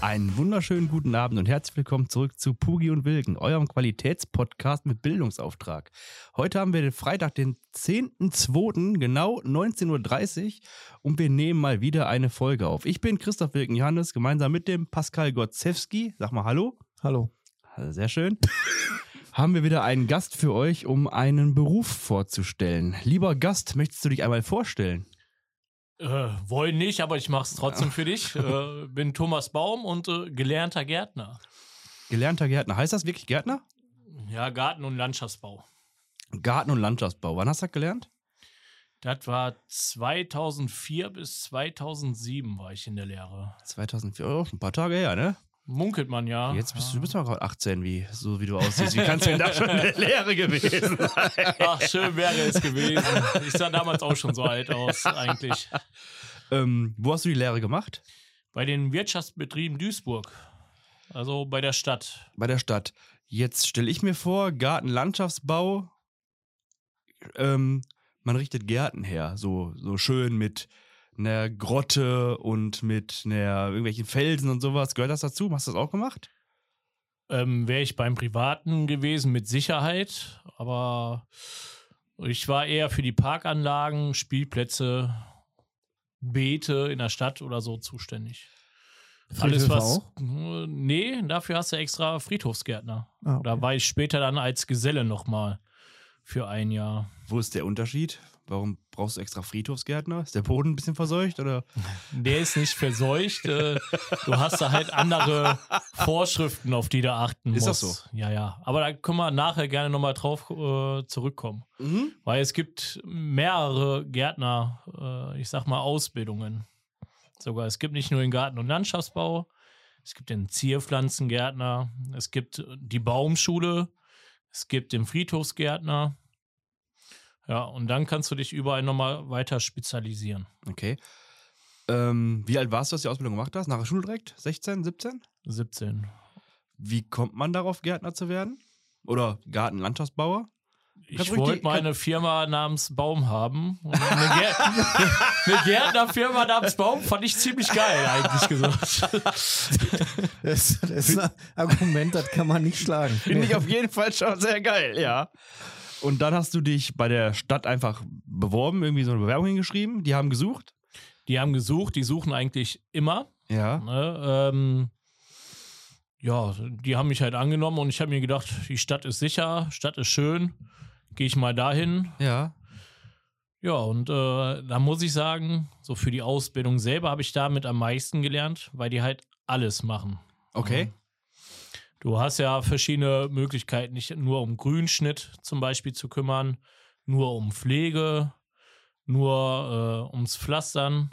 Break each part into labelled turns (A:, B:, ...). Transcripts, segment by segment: A: Einen wunderschönen guten Abend und herzlich willkommen zurück zu Pugi und Wilken, eurem Qualitätspodcast mit Bildungsauftrag. Heute haben wir den Freitag, den 10.02., genau 19.30 Uhr und wir nehmen mal wieder eine Folge auf. Ich bin Christoph Wilken Johannes, gemeinsam mit dem Pascal Gotzewski. Sag mal Hallo.
B: Hallo.
A: Also sehr schön. haben wir wieder einen Gast für euch, um einen Beruf vorzustellen. Lieber Gast, möchtest du dich einmal vorstellen?
C: Äh, wollen nicht, aber ich mache es trotzdem für dich. Äh, bin Thomas Baum und äh, gelernter Gärtner.
A: Gelernter Gärtner. Heißt das wirklich Gärtner?
C: Ja, Garten- und Landschaftsbau.
A: Garten- und Landschaftsbau. Wann hast du das gelernt?
C: Das war 2004 bis 2007 war ich in der Lehre.
A: 2004, oh, ein paar Tage her, ne?
C: Munkelt man ja.
A: Jetzt bist du,
C: ja.
A: du bist doch gerade 18, wie, so wie du aussiehst. Wie kannst du denn da schon eine Lehre gewesen sein?
C: Ach, schön wäre es gewesen. Ich sah damals auch schon so alt aus, eigentlich.
A: ähm, wo hast du die Lehre gemacht?
C: Bei den Wirtschaftsbetrieben Duisburg. Also bei der Stadt.
A: Bei der Stadt. Jetzt stelle ich mir vor, Gartenlandschaftsbau, ähm, man richtet Gärten her, so, so schön mit einer Grotte und mit einer, irgendwelchen Felsen und sowas. Gehört das dazu? Hast du das auch gemacht?
C: Ähm, wäre ich beim Privaten gewesen, mit Sicherheit. Aber ich war eher für die Parkanlagen, Spielplätze, Beete in der Stadt oder so zuständig. Alles
B: Friedhöfe
C: was.
B: auch?
C: Nee, dafür hast du extra Friedhofsgärtner.
B: Ah, okay.
C: Da war ich später dann als Geselle nochmal für ein Jahr.
A: Wo ist der Unterschied? Warum brauchst du extra Friedhofsgärtner? Ist der Boden ein bisschen verseucht oder?
C: Der ist nicht verseucht. äh, du hast da halt andere Vorschriften, auf die du achten
A: Ist
C: musst.
A: das
C: Ja, ja. Aber da können wir nachher gerne nochmal drauf äh, zurückkommen.
A: Mhm.
C: Weil es gibt mehrere Gärtner, äh, ich sag mal, Ausbildungen. Sogar es gibt nicht nur den Garten- und Landschaftsbau, es gibt den Zierpflanzengärtner, es gibt die Baumschule, es gibt den Friedhofsgärtner. Ja, und dann kannst du dich überall nochmal weiter spezialisieren.
A: Okay. Ähm, wie alt warst du, als du die Ausbildung gemacht hast? Nach der Schule direkt? 16, 17?
C: 17.
A: Wie kommt man darauf, Gärtner zu werden? Oder Gartenlandschaftsbauer? Kannst
C: Ich
A: ruhig die-
C: wollte mal eine Firma namens Baum haben. Und eine, Gär eine Gärtnerfirma namens Baum fand ich ziemlich geil, eigentlich gesagt.
B: Das, das ist ein Argument, das kann man nicht schlagen.
A: Finde ich auf jeden Fall schon sehr geil, ja. Und dann hast du dich bei der Stadt einfach beworben, irgendwie so eine Bewerbung hingeschrieben. Die haben gesucht.
C: Die haben gesucht, die suchen eigentlich immer.
A: Ja.
C: Ne? Ähm, ja, die haben mich halt angenommen und ich habe mir gedacht, die Stadt ist sicher, Stadt ist schön, gehe ich mal dahin.
A: Ja.
C: Ja, und äh, da muss ich sagen, so für die Ausbildung selber habe ich damit am meisten gelernt, weil die halt alles machen.
A: Okay.
C: Du hast ja verschiedene Möglichkeiten, dich nur um Grünschnitt zum Beispiel zu kümmern, nur um Pflege, nur äh, ums Pflastern.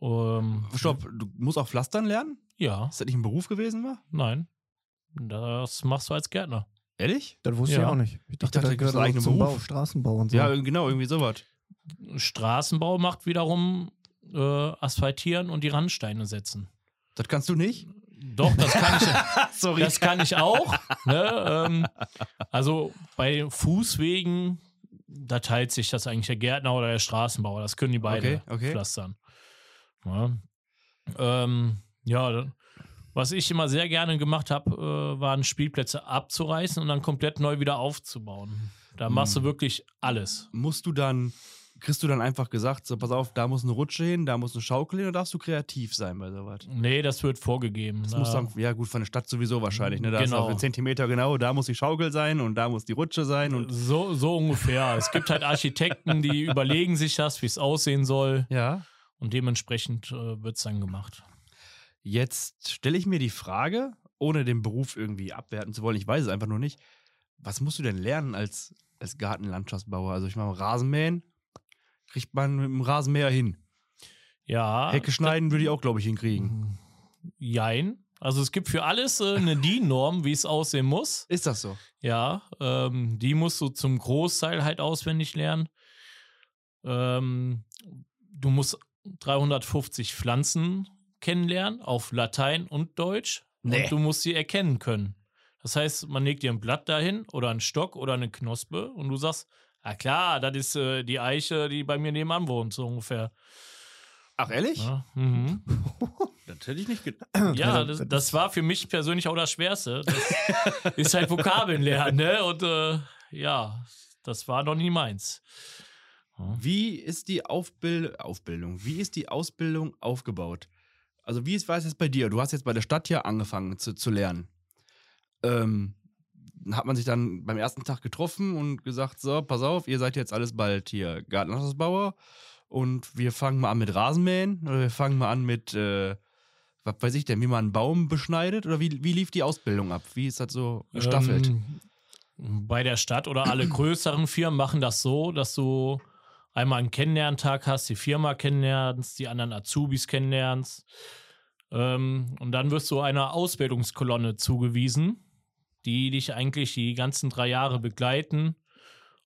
C: Ähm,
A: Stopp, du musst auch Pflastern lernen?
C: Ja,
A: Ist das nicht ein Beruf gewesen, war?
C: nein. Das machst du als Gärtner.
A: Ehrlich?
B: Das wusste ich
C: Ja.
B: auch nicht. Ich
A: dachte,
B: dachte, das
A: das ist
B: gehört
A: ein
B: auch
A: eigener
B: zum
A: Beruf.
B: Bau, Straßenbau und so.
A: Ja, genau, irgendwie sowas.
C: Straßenbau macht wiederum äh, asphaltieren und die Randsteine setzen.
A: Das kannst du nicht?
C: Doch, das kann ich.
A: Sorry.
C: Das kann ich auch. Ne? Ähm, also bei Fußwegen, da teilt sich das eigentlich der Gärtner oder der Straßenbauer. Das können die beide
A: Okay, okay.
C: pflastern. Ja, ähm, ja da- was ich immer sehr gerne gemacht habe, äh, waren Spielplätze abzureißen und dann komplett neu wieder aufzubauen. Da machst du
A: Hm.
C: wirklich alles.
A: musst du dann, kriegst du dann einfach gesagt, so pass auf, da muss eine Rutsche hin, da muss eine Schaukel hin, da darfst du kreativ sein bei sowas.
C: Nee, das wird vorgegeben.
A: Das
C: Da-
A: muss dann, ja gut, von der Stadt sowieso wahrscheinlich, ne? Da ist
C: Genau.
A: auch ein Zentimeter genau, da muss die Schaukel sein und da muss die Rutsche sein und.
C: so, so ungefähr. es gibt halt Architekten, die überlegen sich das, wie es aussehen soll.
A: Ja.
C: Und dementsprechend äh, wird es dann gemacht.
A: Jetzt stelle ich mir die Frage, ohne den Beruf irgendwie abwerten zu wollen, ich weiß es einfach nur nicht, was musst du denn lernen als, als Gartenlandschaftsbauer? Also ich meine, Rasenmähen kriegt man mit dem Rasenmäher hin.
C: Ja.
A: Hecke schneiden würde ich auch, glaube ich,
B: Mhm.
A: hinkriegen.
C: Jein. Also es gibt für alles äh, eine DIN-Norm, wie es aussehen muss.
A: Ist das so?
C: Ja, ähm, die musst du zum Großteil halt auswendig lernen. Ähm, du musst 350 Pflanzen kennenlernen auf Latein und Deutsch.
A: Nee.
C: Und du musst sie erkennen können. Das heißt, man legt dir ein Blatt dahin oder einen Stock oder eine Knospe und du sagst, ah klar, das ist äh, die Eiche, die bei mir nebenan wohnt, so ungefähr.
A: Ach ehrlich?
C: Ja, ne? mhm.
A: Das hätte ich nicht gedacht.
C: Ja,
B: Also,
C: das, das war für mich persönlich auch das Schwerste. Das ist halt Vokabeln lernen, ne? Und äh, ja, das war noch nie meins.
A: Wie ist die Aufbild Aufbildung? Wie ist die Ausbildung aufgebaut? Also, wie ist, war es jetzt bei dir? Du hast jetzt bei der Stadt hier angefangen zu, zu lernen. Ähm, hat man sich dann beim ersten Tag getroffen und gesagt: So, pass auf, ihr seid jetzt alles bald hier Gartenhausbauer und wir fangen mal an mit Rasenmähen oder wir fangen mal an mit, äh, was weiß ich denn, wie man einen Baum beschneidet oder wie, wie lief die Ausbildung ab? Wie ist das so gestaffelt?
C: Ähm, bei der Stadt oder alle größeren Firmen machen das so, dass du einmal einen Kennenlerntag hast, die Firma kennenlernst, die anderen Azubis kennenlernst. Ähm, und dann wirst du einer Ausbildungskolonne zugewiesen, die dich eigentlich die ganzen drei Jahre begleiten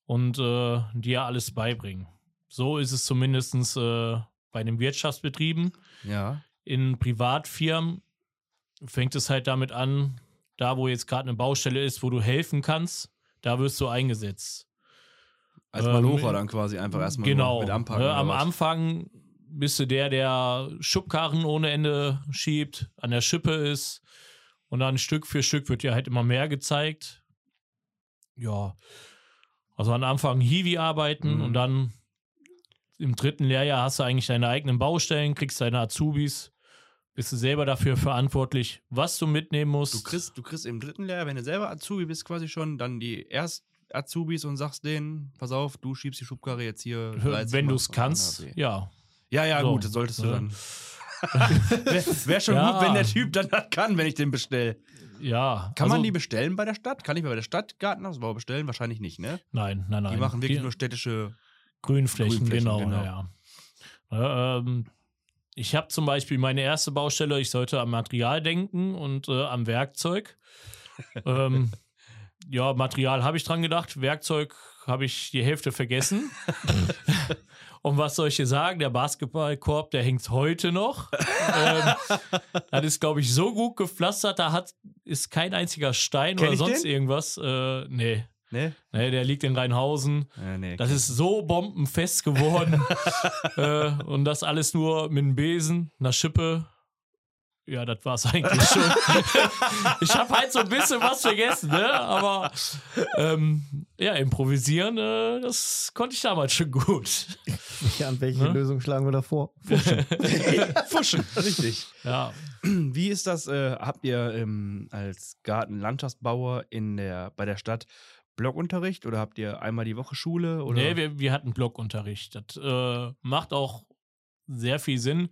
C: und äh, dir alles beibringen. So ist es zumindest äh, bei den Wirtschaftsbetrieben
A: ja.
C: in Privatfirmen fängt es halt damit an, da wo jetzt gerade eine Baustelle ist, wo du helfen kannst, da wirst du eingesetzt.
A: Als
C: ähm,
A: Malocher dann quasi einfach erstmal
C: genau.
A: nur mit anpacken.
C: ne,
A: oder
C: am
A: was?
C: Anfang bist du der, der Schubkarren ohne Ende schiebt, an der Schippe ist und dann Stück für Stück wird dir halt immer mehr gezeigt. Ja. Also am Anfang Hiwi arbeiten
A: Mhm.
C: und dann im dritten Lehrjahr hast du eigentlich deine eigenen Baustellen, kriegst deine Azubis, bist du selber dafür verantwortlich, was du mitnehmen musst.
A: Du kriegst, du kriegst im dritten Lehrjahr, wenn du selber Azubi bist, quasi schon, dann die Erst-Azubis und sagst denen, pass auf, du schiebst die Schubkarre jetzt hier. leise
C: wenn
A: mal
C: du es
A: von
C: kannst,
A: A nach B.
C: ja.
A: Ja, ja,
C: So. Also
A: gut, das solltest du
C: Ja.
A: dann. Wäre wär schon
C: Ja.
A: gut, wenn der Typ dann das kann, wenn ich den bestelle.
C: Ja.
A: Kann
C: Also-
A: man die bestellen bei der Stadt? Kann ich mir bei der Stadt Gartenhausbau bestellen? Wahrscheinlich nicht, ne?
C: Nein, nein, nein.
A: Die machen wirklich
C: Die-
A: nur städtische.
C: Grünflächen,
A: Grünflächen,
C: genau.
A: genau.
C: Ja. Ja, ähm, ich habe zum Beispiel meine erste Baustelle, ich sollte am Material denken und äh, am Werkzeug. ähm, ja, Material habe ich dran gedacht, Werkzeug habe ich die Hälfte vergessen. und was soll ich dir sagen? Der Basketballkorb, der hängt heute noch. ähm, das ist, glaube ich, so gut gepflastert, da hat, ist kein einziger Stein
A: Kenn
C: oder
A: ich
C: sonst
A: den?
C: irgendwas. Äh, nee.
A: Ne?
C: nee, der liegt in Rheinhausen.
A: Ja, nee.
C: Das ist so bombenfest geworden. äh, und das alles nur mit einem Besen, einer Schippe. Ja, das war's eigentlich schon. ich habe halt so ein bisschen was vergessen, ne? Aber ähm, ja, improvisieren, äh, das konnte ich damals schon gut.
B: Ja, an welche
C: Ne?
B: Lösung schlagen wir da vor?
A: Fuschen, richtig.
C: Ja.
A: Wie ist das? Äh, habt ihr ähm, als Gartenlandschaftsbauer in der, bei der Stadt Blockunterricht oder habt ihr einmal die Woche Schule? Oder?
C: Nee, wir, wir hatten Blockunterricht. Das äh, macht auch sehr viel Sinn,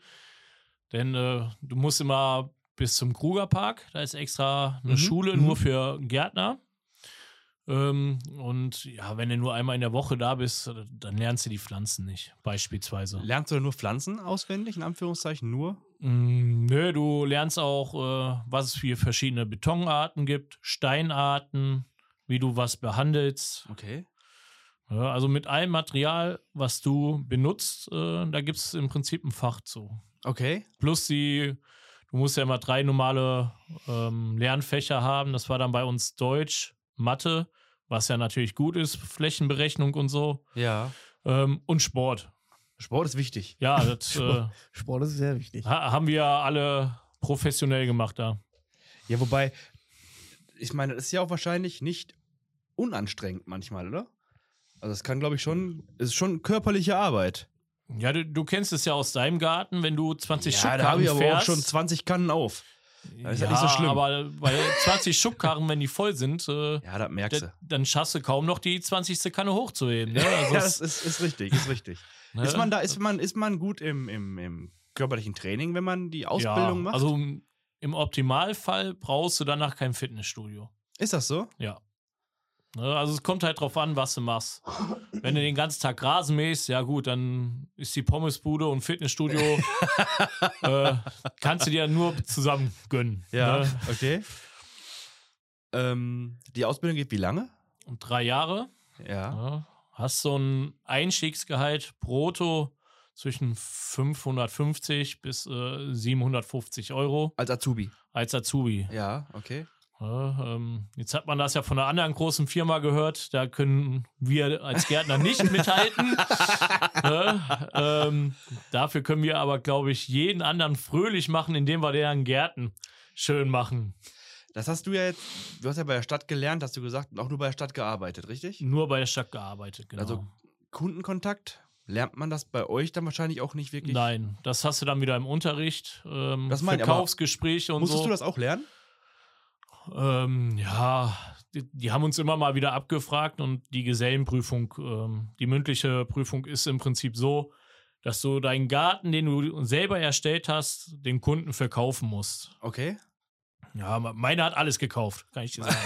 C: denn äh, du musst immer bis zum Krugerpark, da ist extra eine
A: Mhm,
C: Schule
A: mhm.
C: nur für Gärtner. Ähm, und ja, wenn du nur einmal in der Woche da bist, äh, dann lernst du die Pflanzen nicht, beispielsweise.
A: Lernst du nur Pflanzen auswendig, in Anführungszeichen nur?
C: Mm, nö, du lernst auch, äh, was es für verschiedene Betonarten gibt, Steinarten, wie du was behandelst.
A: Okay.
C: Ja, also mit allem Material, was du benutzt, äh, da gibt es im Prinzip ein Fach zu.
A: Okay.
C: Plus die, du musst ja immer drei normale ähm, Lernfächer haben. Das war dann bei uns Deutsch, Mathe, was ja natürlich gut ist, Flächenberechnung und so.
A: Ja.
C: Ähm, und Sport.
A: Sport ist wichtig.
C: Ja, das äh,
B: Sport ist sehr wichtig.
C: ha haben wir alle professionell gemacht da.
A: Ja, wobei, ich meine, das ist ja auch wahrscheinlich nicht unanstrengend manchmal, oder? Also es kann, glaube ich, schon, es ist schon körperliche Arbeit.
C: Ja, du, du kennst es ja aus deinem Garten, wenn du 20
A: ja,
C: Schubkarren
A: da habe ich aber
C: fährst.
A: auch schon 20 Kannen auf. Das ist ja
C: ja,
A: nicht so schlimm.
C: aber bei 20 Schubkarren, wenn die voll sind, äh,
A: Ja, das merkst du.
C: Da- dann schaffst du kaum noch die 20. Kanne hochzuheben. Ne? Also
A: ja,
C: es-
A: das ist, ist richtig, ist richtig.
C: ne?
A: Ist man da, ist man, ist man gut im, im, im körperlichen Training, wenn man die
C: Ja,
A: Ausbildung macht?
C: Also im- im Optimalfall brauchst du danach kein Fitnessstudio.
A: ist das so?
C: Ne? Also es kommt halt drauf an, was du machst. Wenn du den ganzen Tag Rasen mähst, ja gut, dann ist die Pommesbude und Fitnessstudio äh, kannst du dir nur zusammen gönnen. Ne?
A: Okay. Ähm, die Ausbildung geht wie lange?
C: Und drei Jahre
A: Ja.
C: ne? hast so ein Einstiegsgehalt brutto zwischen 550 bis äh, 750 Euro.
A: Als Azubi.
C: als Azubi.
A: Ja, okay.
C: Ja, ähm, jetzt hat man das ja von einer anderen großen Firma gehört. Da können wir als Gärtner nicht mithalten. ja, ähm, dafür können wir aber, glaube ich, jeden anderen fröhlich machen, indem wir deren Gärten schön machen.
A: Das hast du ja jetzt, du hast ja bei der Stadt gelernt, hast du gesagt, und auch nur bei der Stadt gearbeitet, richtig?
C: Nur bei der Stadt gearbeitet, genau.
A: Also Kundenkontakt, lernt man das bei euch dann wahrscheinlich auch nicht wirklich?
C: Nein, das hast du dann wieder im Unterricht. Ähm,
A: Das meine ich, aber
C: Verkaufsgespräche und
A: Musstest
C: so.
A: du das auch lernen?
C: Ähm, ja, die, die haben uns immer mal wieder abgefragt und die Gesellenprüfung, ähm, die mündliche Prüfung ist im Prinzip so, dass du deinen Garten, den du selber erstellt hast, dem Kunden verkaufen musst.
A: Okay.
C: Ja, me- meine hat alles gekauft, kann ich dir sagen.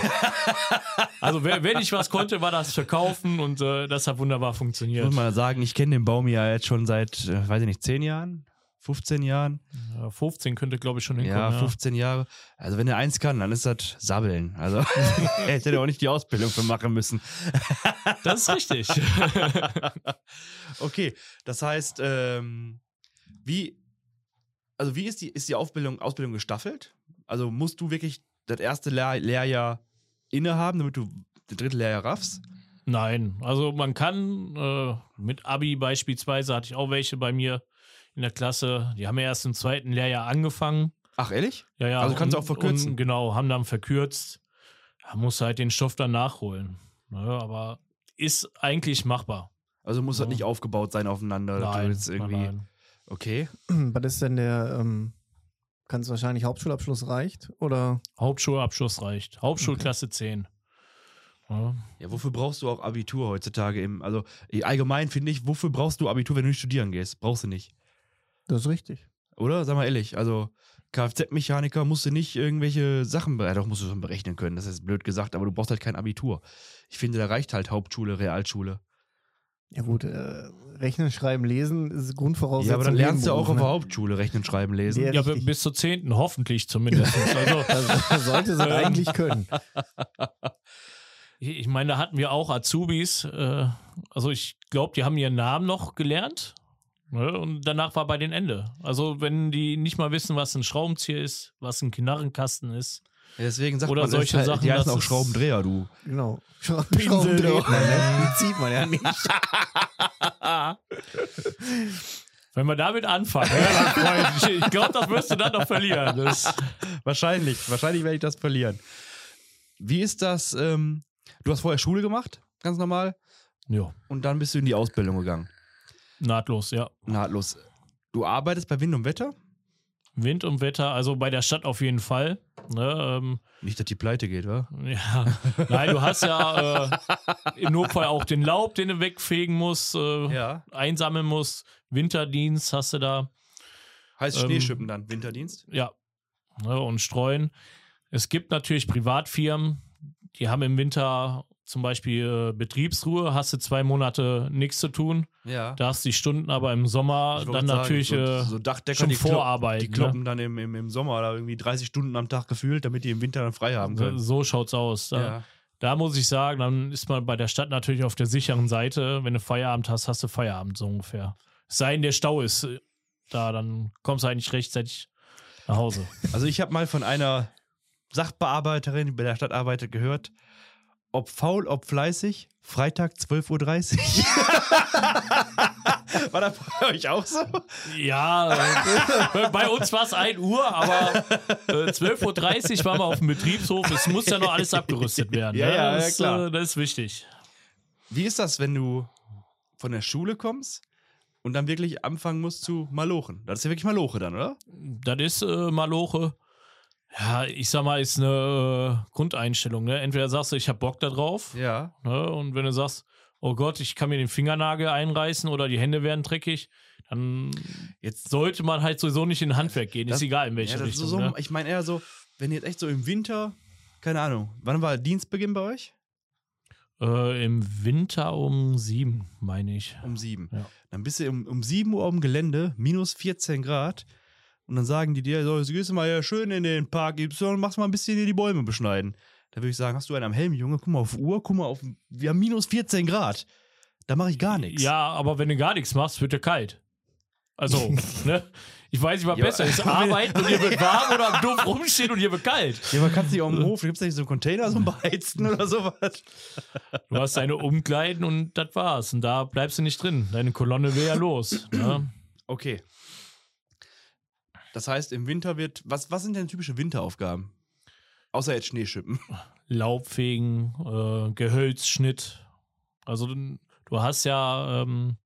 C: also wer- wenn ich was konnte, war das verkaufen und äh, das hat wunderbar
A: Ich
C: funktioniert.
A: muss mal sagen, ich kenne den Baum ja jetzt schon seit, äh, weiß ich nicht, 10 Jahren, 15 Jahren.
C: Ja, 15 könnte, glaube ich, schon hinkommen.
A: Ja,
C: Ne, Ja,
A: 15 Jahre. Also wenn er eins kann, dann ist das Sabbeln. Also hätte er auch nicht die Ausbildung für machen müssen.
C: Das ist richtig.
A: Okay, das heißt, ähm, wie, also wie ist die, ist die Aufbildung, Ausbildung gestaffelt? Also musst du wirklich das erste Lehr Lehrjahr innehaben, damit du das dritte Lehrjahr raffst?
C: Nein, also man kann äh, mit Abi beispielsweise hatte ich auch welche bei mir in der Klasse, die haben ja erst im zweiten Lehrjahr angefangen.
A: Ach, ehrlich?
C: Ja, ja,
A: Also kannst du
C: und-
A: auch verkürzen.
C: Und, genau, haben dann verkürzt. Da musst du halt den Stoff dann nachholen. Naja, aber ist eigentlich machbar.
A: Also muss das
C: Ja.
A: nicht aufgebaut sein aufeinander. dass Also du
C: Nein,
A: jetzt irgendwie.
C: nein,
A: Okay.
B: Was ist denn der, ähm, kannst wahrscheinlich Hauptschulabschluss reicht? Oder
C: Hauptschulabschluss reicht. Hauptschulklasse Ne? 10. Ja.
A: Ja, wofür brauchst du auch Abitur heutzutage? Im, also eh, allgemein finde ich, wofür brauchst du Abitur, wenn du nicht studieren gehst? Brauchst du nicht.
B: das ist richtig.
A: Oder? Sag mal ehrlich, also Kfz-Mechaniker musst du nicht irgendwelche Sachen, be- ja doch musst du schon berechnen können, das ist blöd gesagt, aber du brauchst halt kein Abitur. Ich finde, da reicht halt Hauptschule, Realschule.
B: Ja gut, äh, Rechnen, Schreiben, Lesen ist Grundvoraussetzung.
A: ja, aber dann lernst du
B: jeden
A: auch auf
B: Beruf,
A: der
B: ne?
A: Hauptschule rechnen, schreiben, lesen.
B: Ja,
C: ja,
B: richtig.
C: bis zur 10. hoffentlich zumindest. Also,
B: Also, sollte sie eigentlich können.
C: Ich ich meine, da hatten wir auch Azubis. Äh, also ich glaube, die haben ihren Namen noch gelernt. Ne? Und danach war bei den Ende. Also wenn die nicht mal wissen, was ein Schraubenzieher ist, was ein Knarrenkasten ist.
A: Ja, Deswegen sagt
C: Oder
A: man,
C: solche
A: halt,
C: Sachen,
A: die heißen
C: das
A: auch
C: ist-
A: Schraubendreher, du.
B: Genau. Schra
A: Pinsel,
B: Schrauben
A: du.
B: dreht man, ne? Die zieht man ja nicht.
C: Wenn wir damit anfangen, ja, dann freue ich mich. ich glaube, das wirst du dann noch verlieren. Das,
A: Wahrscheinlich, wahrscheinlich werde ich das verlieren. Wie ist das, ähm, du hast vorher Schule gemacht, ganz normal,
C: ja,
A: und dann bist du in die Ausbildung gegangen.
C: nahtlos, ja.
A: Nahtlos. Du arbeitest bei Wind und Wetter?
C: Wind und Wetter, also bei der Stadt auf jeden Fall. Ne? Ähm,
A: Nicht, dass die pleite geht, wa?
C: Ja, nein, du hast ja äh, im Notfall auch den Laub, den du wegfegen musst, äh,
A: Ja.
C: einsammeln musst. Winterdienst hast du da,
A: Heißt
C: Ähm,
A: Schneeschippen dann, Winterdienst?
C: ja, ne, und streuen. Es gibt natürlich Privatfirmen, die haben im Winter zum Beispiel äh, Betriebsruhe, hast du zwei Monate nichts zu tun,
A: Ja.
C: darfst die Stunden aber im Sommer
A: Ich Also wollte
C: dann
A: sagen,
C: natürlich
A: so,
C: äh,
A: so Dachdecker,
C: schon
A: die, kloppen-
C: vorarbeiten. ne?
A: die kloppen dann im, im, im Sommer da irgendwie 30 Stunden am Tag gefühlt, damit die im Winter dann frei haben
C: ne?
A: können.
C: So schaut's aus. Da,
A: Ja.
C: da muss ich sagen, dann ist man bei der Stadt natürlich auf der sicheren Seite. Wenn du Feierabend hast, hast du Feierabend so ungefähr. Es sei denn, der Stau ist äh, da, dann kommst du eigentlich rechtzeitig nach Hause.
A: Also ich habe mal von einer Sachbearbeiterin, die bei der Stadt arbeitet, gehört, ob faul, ob fleißig, Freitag 12.30 Uhr. War das bei euch auch so?
C: Ja, äh, bei- bei uns war es 1 Uhr, aber äh, 12.30 Uhr waren wir auf dem Betriebshof. Es muss ja noch alles abgerüstet werden.
A: Ja,
C: ne?
A: ja, ja,
C: das,
A: klar.
C: Äh, das ist wichtig.
A: Wie ist das, wenn du von der Schule kommst und dann wirklich anfangen musst zu malochen? Das ist ja wirklich Maloche dann, oder?
C: Das ist äh, Maloche. Ja, ich sag mal, ist eine äh, Grundeinstellung. Ne? Entweder sagst du, ich hab Bock da drauf.
A: Ja.
C: Ne? Und wenn du sagst, oh Gott, ich kann mir den Fingernagel einreißen oder die Hände werden dreckig, dann
A: Jetzt
C: sollte man halt sowieso nicht in Handwerk gehen.
A: Das-
C: ist egal in welche
A: ja, das
C: Richtung.
A: Ist so,
C: ne?
A: Ich meine eher so, wenn jetzt echt so im Winter, keine Ahnung, wann war Dienstbeginn bei euch?
C: äh, Im Winter um sieben, meine ich.
A: Um sieben.
C: Ja.
A: Dann bist du um, um sieben Uhr am Gelände, minus 14 Grad. Und dann sagen die dir, so, jetzt gehst du mal hier schön in den Park Y und machst mal ein bisschen hier die Bäume beschneiden. Da würde ich sagen, hast du einen am Helm, Junge? Guck mal auf die Uhr, guck mal auf, wir haben minus 14 Grad. Da mache ich gar nichts.
C: Ja, aber wenn du gar nichts machst, wird dir kalt. Also, ne? Ich weiß nicht, was
A: Ja.
C: besser ist. Arbeiten und hier wird warm oder am Dumpf rumstehen und hier wird kalt.
A: Ja, man kann es nicht auf dem Hof, gibt es nicht so einen Container zum Beheizen oder sowas.
C: Du hast deine Umkleiden und das war's. Und da bleibst du nicht drin. Deine Kolonne will ja los. Ne?
A: Okay. Das heißt, im Winter wird. Was, was sind denn typische Winteraufgaben? Außer jetzt Schneeschippen.
C: Laubfegen, äh, Gehölzschnitt. Also du du hast ja ähm,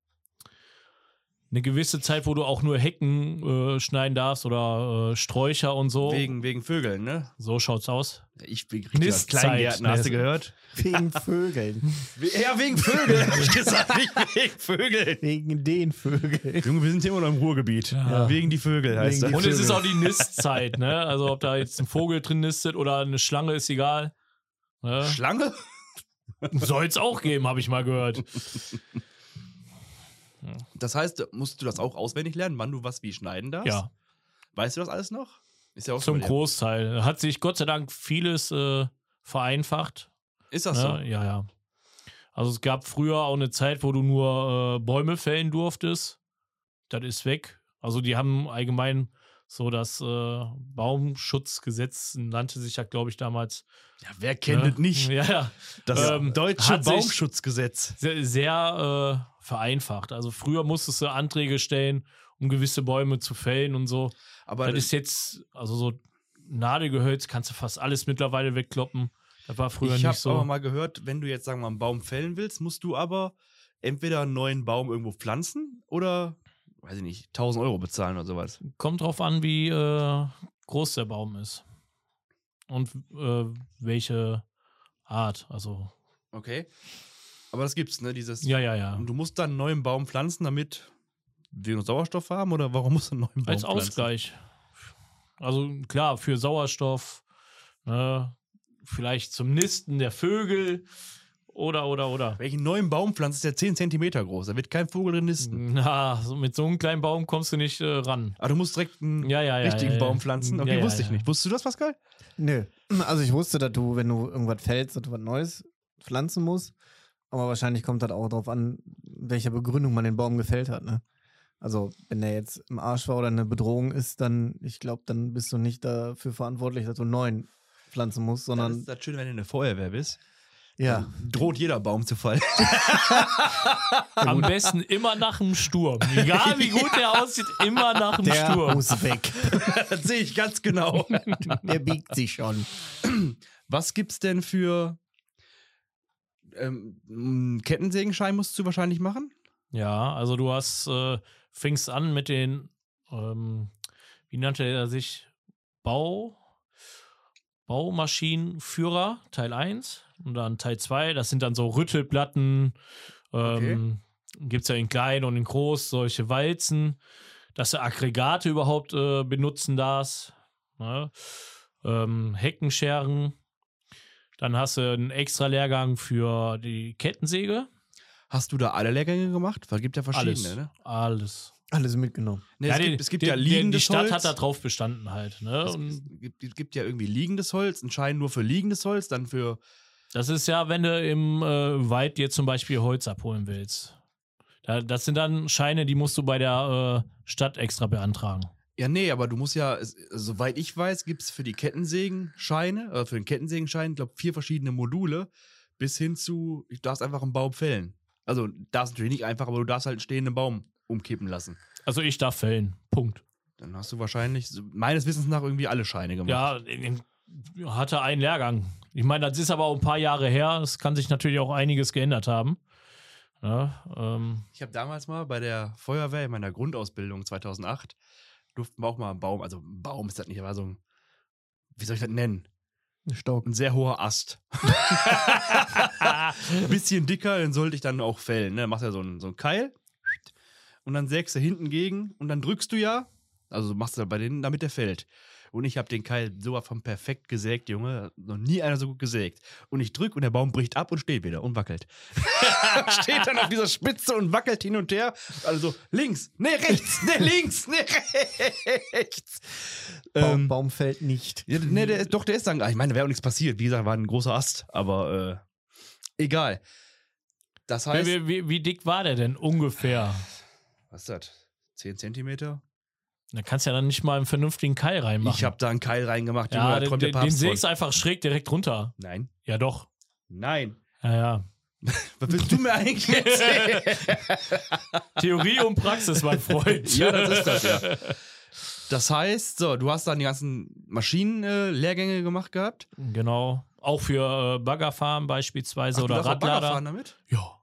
C: eine gewisse Zeit, wo du auch nur Hecken äh, schneiden darfst oder äh, Sträucher und so.
A: Wegen, wegen Vögeln, ne?
C: So schaut's aus.
A: Oh. Ich bin richtiger
C: Knistzeit.
A: Kleingärtner, hast du gehört?
B: Wegen Vögeln.
A: We- Ja, wegen Vögeln, habe ich gesagt. Nicht wegen Vögeln.
B: Wegen den Vögeln.
A: Junge, wir sind hier immer noch im Ruhrgebiet.
C: Ja.
A: Wegen die Vögel heißt
B: Wegen
A: das.
C: Und es ist
B: Vögel.
C: auch die Nistzeit, ne? Also ob da jetzt ein Vogel drin nistet oder eine Schlange, ist egal. Ne?
A: Schlange?
C: Soll's auch geben, habe ich mal gehört.
A: Das heißt, musst du das auch auswendig lernen, wann du was wie schneiden darfst?
C: Ja,
A: Weißt du das alles noch? Ist ja auch
C: zum
A: schon mal-
C: Großteil. Hat sich Gott sei Dank vieles äh, vereinfacht.
A: Ist
C: Ne?
A: das so?
C: Ja, ja. Also es gab früher auch eine Zeit, wo du nur äh, Bäume fällen durftest. Das ist weg. Also die haben allgemein so das äh, Baumschutzgesetz nannte sich ja, glaube ich, damals.
A: Ja, wer
C: ne? Ja, ja.
A: Das
C: Ähm,
A: deutsche
C: hat sich-
A: Baumschutzgesetz.
C: sehr, sehr äh, vereinfacht. Also früher musstest du Anträge stellen, um gewisse Bäume zu fällen und so.
A: Aber
C: das ist jetzt, also so Nadelgehölz kannst du fast alles mittlerweile wegkloppen. Das war
A: ich
C: früher nicht
A: habe aber
C: so.
A: mal gehört, wenn du jetzt, sagen wir mal, einen Baum fällen willst, musst du aber entweder einen neuen Baum irgendwo pflanzen oder, weiß ich nicht, 1000 Euro bezahlen oder sowas.
C: Kommt drauf an, wie äh, groß der Baum ist. Und äh, welche Art. Also,
A: Okay. Aber das gibt's, ne? Dieses.
C: ja, ja, ja.
A: Und du musst dann einen neuen Baum pflanzen, damit wir nur Sauerstoff haben oder warum musst du einen neuen Baum
C: Als
A: pflanzen?
C: Ausgleich. Also klar, für Sauerstoff, ne? vielleicht zum Nisten der Vögel oder, oder, oder.
A: Welchen neuen Baum pflanzt, ist der 10 Zentimeter groß. Da wird kein Vogel drin
C: Mhm.
A: nisten.
C: Hm, Na, so mit so einem kleinen Baum kommst du nicht äh, ran.
A: Aber du musst direkt einen
C: Ja, ja, ja.
A: richtigen
C: ja, ja.
A: Baum pflanzen. Okay,
C: Ja, ja,
A: wusste ich
C: ja.
A: nicht. Wusstest du das, Pascal?
B: Nö. Also ich wusste, dass du, wenn du irgendwas fällst, dass du was Neues pflanzen musst. Aber wahrscheinlich kommt das auch darauf an, welcher Begründung man den Baum gefällt hat. Ne? Also wenn der jetzt im Arsch war oder eine Bedrohung ist, dann, ich glaube, dann bist du nicht dafür verantwortlich, dass du einen neuen pflanzen musst,
A: das
B: sondern
A: ist das Schöne, wenn du in der Feuerwehr bist.
B: ja.
A: Droht jeder Baum zu fallen.
C: Am besten immer nach dem Sturm. Egal wie gut der aussieht, immer nach dem
B: Der
C: Sturm.
B: muss weg.
A: das sehe ich ganz genau.
B: Der biegt sich schon.
A: Was gibt's denn für ähm, einen Kettensägenschein musst du wahrscheinlich machen?
C: Ja, also du hast, äh, fängst an mit den, ähm, wie nannte er sich, Bau, Baumaschinenführer, Teil 1 und dann Teil 2, das sind dann so Rüttelplatten, ähm, gibt es ja in klein und in groß, solche Walzen, dass du Aggregate überhaupt äh, benutzen darfst, ne? ähm, Heckenscheren, dann hast du einen extra Lehrgang für die Kettensäge,
A: Hast du da alle Lehrgänge gemacht? Weil gibt ja verschiedene,
C: alles,
A: ne?
C: alles.
B: Alles mitgenommen.
A: Nee, es,
C: die-
A: gibt, es gibt
C: die-
A: ja
C: die-
A: liegendes
C: Die Stadt
A: Holz.
C: hat da drauf bestanden halt. Ne?
A: es,
C: Und
A: es gibt, es gibt ja irgendwie liegendes Holz, einen Schein nur für liegendes Holz, dann für.
C: das ist ja, wenn du im äh, Wald dir zum Beispiel Holz abholen willst. Da, das sind dann Scheine, die musst du bei der äh, Stadt extra beantragen.
A: Ja, nee, aber du musst ja, es, soweit ich weiß, gibt es für die Kettensägenscheine, äh, für den Kettensägenschein, ich glaube, vier verschiedene Module, bis hin zu, du darfst einfach einen Baum fällen. Also, darfst natürlich nicht einfach, aber du darfst halt einen stehenden Baum umkippen lassen.
C: Also ich darf fällen. Punkt.
A: Dann hast du wahrscheinlich, so- meines Wissens nach, irgendwie alle Scheine gemacht.
C: Ja, in- in- hatte einen Lehrgang. Ich meine, das ist aber auch ein paar Jahre her. Es kann sich natürlich auch einiges geändert haben. Ja, ähm,
A: Ich habe damals mal bei der Feuerwehr in meiner Grundausbildung 2008 durften wir auch mal einen Baum, also ein Baum ist das nicht, aber so ein, wie soll ich das nennen?
B: Stock.
A: Ein sehr hoher Ast.
C: ah,
A: Ein bisschen dicker, den sollte ich dann auch fällen. Ne? Machst ja so einen, so einen Keil und dann sägst du hinten gegen und dann drückst du ja, also machst du bei denen, damit der fällt. Und ich habe den Keil sowas von perfekt gesägt, Junge. Noch nie einer so gut gesägt. Und ich drück und der Baum bricht ab und steht wieder und wackelt. steht dann auf dieser Spitze und wackelt hin und her. Also links, ne rechts, ne links, ne rechts.
B: Baum,
A: Ähm,
B: Baum fällt nicht.
A: ja, nee, Ne, der, ist- doch, der ist dann. Ich meine, wäre auch nichts passiert. Wie gesagt, war ein großer Ast, aber äh, egal. Das heißt.
C: wie, wie, wie dick war der denn ungefähr?
A: was ist das? 10 Zentimeter?
C: Da kannst du ja dann nicht mal einen vernünftigen Keil reinmachen.
A: Ich habe da einen Keil reingemacht, Junge,
C: ja,
A: da
C: den,
A: träumt
C: den,
A: der
C: den
A: Papst
C: sägst
A: von.
C: einfach schräg direkt runter.
A: Nein,
C: Ja, doch.
A: nein.
C: Ja, ja.
A: Was willst du mir eigentlich erzählen?
C: Theorie und Praxis, mein Freund.
A: Ja, das ist das, ja. Das heißt, so, du hast dann die ganzen Maschinenlehrgänge äh, Lehrgänge gemacht gehabt.
C: Genau. Auch für äh, Baggerfahren
A: Ach,
C: beispielsweise
A: du
C: oder
A: darfst auch Bagger
C: Radlader.
A: fahren damit?
C: Ja.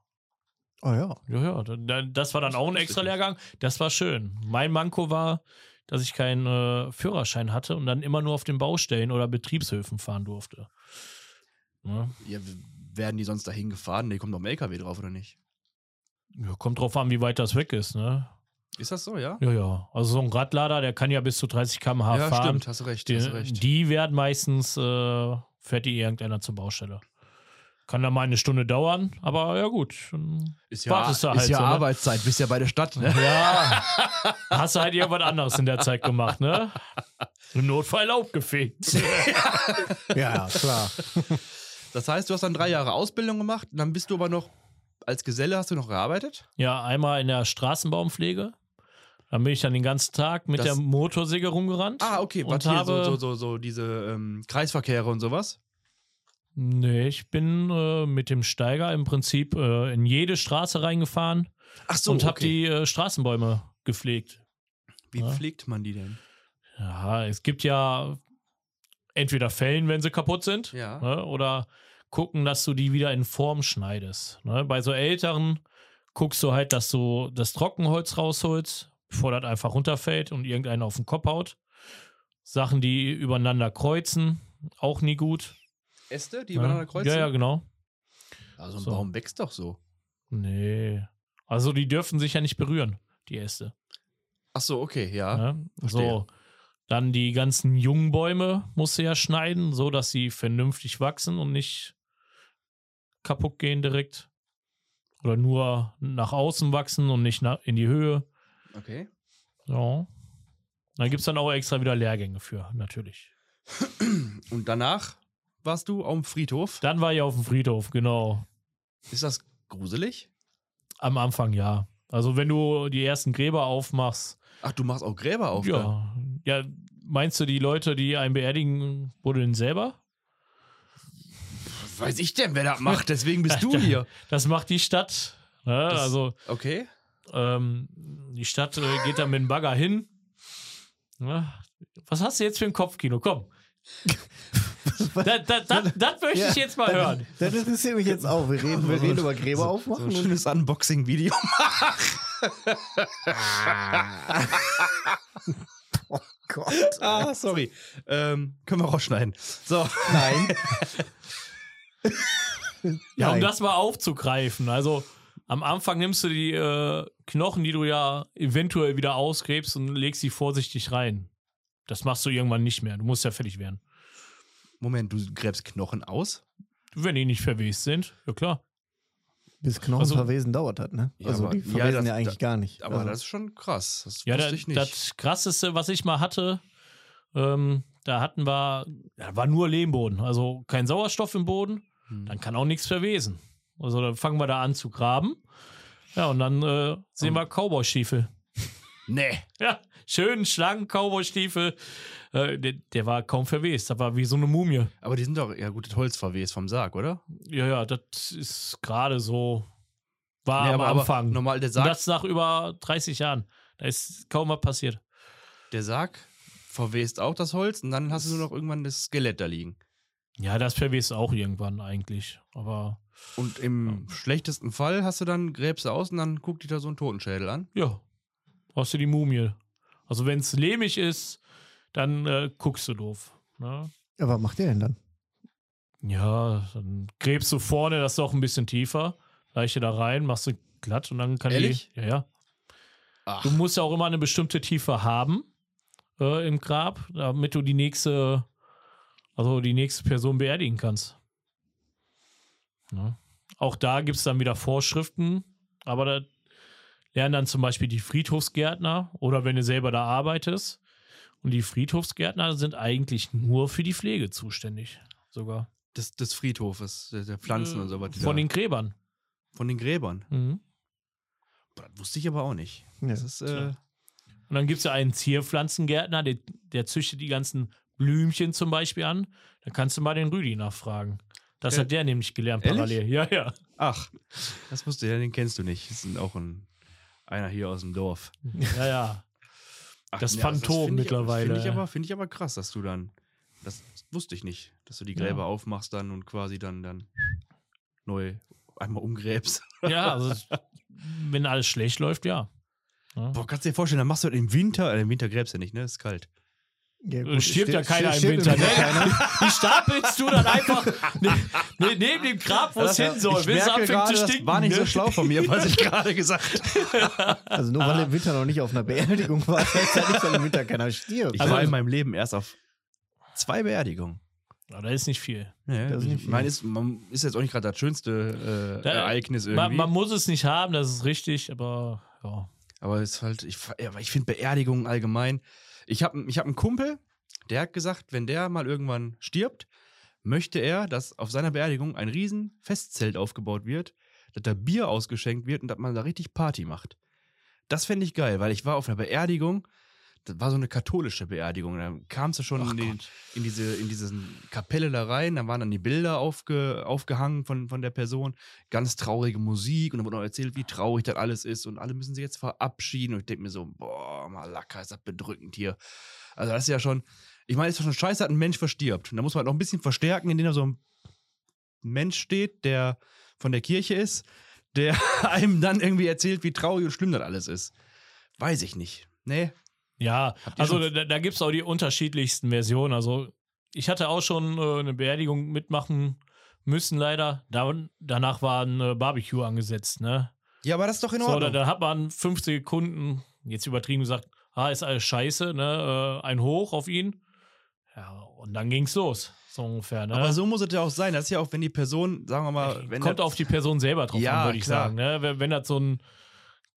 B: Oh ja.
C: Ja, ja, da- da- das war dann auch ein extra Lehrgang. Das war schön. Mein Manko war, dass ich keinen äh, Führerschein hatte und dann immer nur auf den Baustellen oder Betriebshöfen fahren durfte. Ne?
A: Ja, werden die sonst dahin gefahren? Die kommt noch ein LKW drauf, oder nicht?
C: Ja, kommt drauf an, wie weit das weg ist, ne?
A: Ist das so, ja?
C: Ja, ja. Also so ein Radlader, der kann ja bis zu 30 km/h
A: ja,
C: fahren.
A: stimmt, hast du recht, hast du
C: Die,
A: recht.
C: die werden meistens, äh, fährt die irgendeiner zur Baustelle. Kann da mal eine Stunde dauern, aber ja gut. dann
A: Ist
C: wartest du
A: ist
C: halt
A: ja
C: so, ne?
A: Arbeitszeit, bist ja bei der Stadt, ne?
C: Ja. Hast du halt irgendwas anderes in der Zeit gemacht, ne? Im Notfall Laub gefegt.
B: Ja, klar.
A: Das heißt, du hast dann drei Jahre Ausbildung gemacht, dann bist du aber noch, als Geselle hast du noch gearbeitet?
C: Ja, einmal in der Straßenbaumpflege. Dann bin ich dann den ganzen Tag mit
A: Das-
C: der Motorsäge rumgerannt.
A: Ah, okay,
C: Und
A: warte, hier, so,
C: habe-
A: so, so, so diese ähm, Kreisverkehre und sowas.
C: Nee, ich bin äh, mit dem Steiger im Prinzip äh, in jede Straße reingefahren
A: Ach so,
C: und habe
A: okay.
C: die äh, Straßenbäume gepflegt.
A: Wie
C: Ja.
A: pflegt man die denn?
C: Ja, es gibt ja entweder Fällen, wenn sie kaputt sind,
A: Ja.
C: ne, oder gucken, dass du die wieder in Form schneidest. Ne? Bei so älteren guckst du halt, dass du das Trockenholz rausholst, bevor das einfach runterfällt und irgendeinen auf den Kopf haut. Sachen, die übereinander kreuzen, auch nie gut.
A: Äste, die
C: ne?
A: übereinander kreuzen?
C: Ja, ja, genau.
A: Also ein
C: So.
A: Baum wächst doch so.
C: Nee. Also die dürfen sich ja nicht berühren, die Äste.
A: Ach so, okay, ja.
C: Ne?
A: verstehe.
C: So. Dann die ganzen jungen Bäume musst du ja schneiden, so dass sie vernünftig wachsen und nicht kaputt gehen direkt. Oder nur nach außen wachsen und nicht nach, in die Höhe.
A: Okay.
C: Ja. Da gibt es dann auch extra wieder Lehrgänge für, natürlich.
A: Und danach warst du auf dem Friedhof.
C: Dann war ich auf dem Friedhof, genau.
A: Ist das gruselig?
C: Am Anfang ja. Also wenn du die ersten Gräber aufmachst,
A: Ach, du machst auch Gräber auf. ne?
C: ja. ja. Meinst du, die Leute, die einen beerdigen, buddeln selber?
A: Was Weiß ich denn, wer das macht? Deswegen bist du hier.
C: Das macht die Stadt. Ne?
A: Das-
C: Also
A: Okay.
C: Ähm, die Stadt äh, geht dann mit dem Bagger hin. Na, was hast du jetzt für ein Kopfkino? Komm. Das, das, das, das möchte ich jetzt mal hören.
B: Das interessiert mich jetzt auch. Wir reden, wir reden über Gräber
A: So ein
B: aufmachen.
A: schönes Unboxing-Video.
B: oh Gott.
A: Ah, sorry. Ähm, können wir rausschneiden. So.
B: Nein.
C: Ja, um
B: Nein.
C: das mal aufzugreifen. Also am Anfang nimmst du die äh, Knochen, die du ja eventuell wieder ausgräbst und legst sie vorsichtig rein. Das machst du irgendwann nicht mehr. Du musst ja fertig werden.
A: Moment, du gräbst Knochen aus?
C: Wenn die nicht verwest sind, ja klar.
B: Bis Knochen
C: Also-
B: verwesen dauert hat, ne?
A: Ja,
B: Also
A: aber-
B: die
A: ja,
B: verwesen ja,
A: das-
B: eigentlich
A: da-
B: gar nicht.
A: Aber
B: also,
A: das ist schon krass. Das
C: Ja,
A: wusste
C: da,
A: ich nicht.
C: das krasseste, was ich mal hatte, ähm, da hatten wir, da war nur Lehmboden, also kein Sauerstoff im Boden,
A: Hm.
C: dann kann auch nichts verwesen. Also dann fangen wir da an zu graben. Ja, und dann äh, sehen wir Cowboy-Stiefel.
A: nee.
C: Ja, schönen, schlanken Cowboy-Stiefel. Äh, der, der war kaum verwest, das war wie so eine Mumie.
A: Aber die sind doch, ja gut, das Holz verwest vom Sarg, oder?
C: Ja, ja, das ist gerade so, war
A: nee,
C: Ah, am Anfang.
A: Aber normal, der
C: und
A: Sarg,
C: das nach über 30 Jahren. Da ist kaum was passiert.
A: der Sarg verwest auch das Holz und dann hast du nur noch irgendwann das Skelett da liegen.
C: Ja, das verwest auch irgendwann eigentlich. Aber
A: Und im schlechtesten Fall hast du dann, gräbst du aus und dann guckt dich da so ein Totenschädel an.
C: Ja. Hast du die Mumie. Also wenn es lehmig ist, dann äh, guckst du doof. Ne?
B: ja, was macht ihr denn dann?
C: Ja, dann gräbst du vorne das doch ein bisschen tiefer, Leiche da rein, machst du glatt und dann kann
A: Ehrlich?
C: die. Ja, ja.
A: Ach.
C: Du musst ja auch immer eine bestimmte Tiefe haben äh, im Grab, damit du die nächste, also die nächste Person beerdigen kannst. Ne? Auch da gibt es dann wieder Vorschriften, aber da lernen dann zum Beispiel die Friedhofsgärtner oder wenn du selber da arbeitest. Und die Friedhofsgärtner sind eigentlich nur für die Pflege zuständig, sogar.
A: Des, des Friedhofes, der, der Pflanzen
C: Äh,
A: und so was. die
C: Von
A: da-
C: den Gräbern.
A: von den Gräbern.
C: Mhm.
A: Boah, das wusste ich aber auch nicht.
B: Ja.
A: Das ist, äh,
C: Und dann gibt es ja einen Zierpflanzengärtner, der, der züchtet die ganzen Blümchen zum Beispiel an. Da kannst du mal den Rüdi nachfragen. Das
A: Ja.
C: hat der nämlich gelernt
A: Äh, Ehrlich?
C: parallel. Ja, ja.
A: Ach, das musst du ja, den kennst du nicht. Das ist auch ein, einer hier aus dem Dorf.
C: Ja, ja.
A: Ach,
C: Das
A: ja,
C: Phantom
A: find ich-
C: mittlerweile.
A: Finde ich, aber- finde ich aber krass, dass du dann. Das wusste ich nicht, dass du die Gräber
C: Ja.
A: aufmachst dann und quasi dann, dann neu einmal umgräbst.
C: Ja, also, es- wenn alles schlecht läuft, ja. ja.
A: Boah, kannst du dir vorstellen, dann machst du das im Winter. Äh, Im Winter gräbst du nicht, ne? Ist kalt.
B: Ja,
C: Äh, Stirbt ja
B: stirbt-
C: keiner im
B: stirbt
C: Winter. Ne?
B: Winter keiner.
C: Die stapelst du dann einfach ne, ne, neben dem Grab, wo es hin soll.
A: ich
C: Wenn es
A: merke
C: anfängt
A: gerade,
C: zu
A: das
C: stinken.
A: war nicht so
C: ne?
A: schlau von mir, was ich gerade gesagt habe.
B: Also nur weil
C: Ah.
B: im Winter noch nicht auf einer Beerdigung war, heißt ja nicht, dass im Winter keiner stirbt.
A: Ich
C: Also-
A: war in meinem Leben erst auf zwei Beerdigungen.
C: Ja, da ist nicht viel.
A: Ja,
B: Das ist nicht
A: ich
B: viel.
A: meine, ist, man ist jetzt auch nicht gerade das schönste äh,
C: Da-
A: Ereignis
C: Man,
A: irgendwie.
C: man muss es nicht haben, das ist richtig, aber ja.
A: aber es ist halt, ich, ja, aber ich finde Beerdigungen allgemein. Ich habe ich hab einen Kumpel, der hat gesagt, wenn der mal irgendwann stirbt, möchte er, dass auf seiner Beerdigung ein riesen Festzelt aufgebaut wird, dass da Bier ausgeschenkt wird und dass man da richtig Party macht. Das fände ich geil, weil ich war auf einer Beerdigung, das war so eine katholische Beerdigung. Da kamst du schon in, den, in diese in diesen Kapelle da rein, da waren dann die Bilder aufge, aufgehangen von, von der Person, ganz traurige Musik und dann wurde noch erzählt, wie traurig das alles ist und alle müssen sich jetzt verabschieden und ich denke mir so, boah, Malaka, ist das bedrückend hier. Also das ist ja schon, ich meine, es ist doch schon scheiße, dass ein Mensch verstirbt und da muss man halt noch ein bisschen verstärken, indem da so ein Mensch steht, der von der Kirche ist, der einem dann irgendwie erzählt, wie traurig und schlimm das alles ist. Weiß ich nicht. Nee,
C: Ja,
A: ihr
C: also
A: schon-
C: da, da gibt es auch die unterschiedlichsten Versionen. Also ich hatte auch schon äh, eine Beerdigung mitmachen müssen, leider. Da, danach war ein äh, Barbecue angesetzt, ne?
A: ja, aber das ist doch in
C: So, da,
A: Ordnung.
C: da hat man 50 Sekunden, jetzt übertrieben gesagt, ah, ist alles scheiße, ne? Äh, ein Hoch auf ihn. Ja, und dann ging's los, so ungefähr, ne?
A: Aber so muss es ja auch sein. Das ist ja auch, wenn die Person, sagen wir mal, wenn
C: Kommt
A: das,
C: auf die Person selber drauf
A: Ja,
C: an, würde ich
A: klar.
C: sagen. Ne? Wenn, wenn das so ein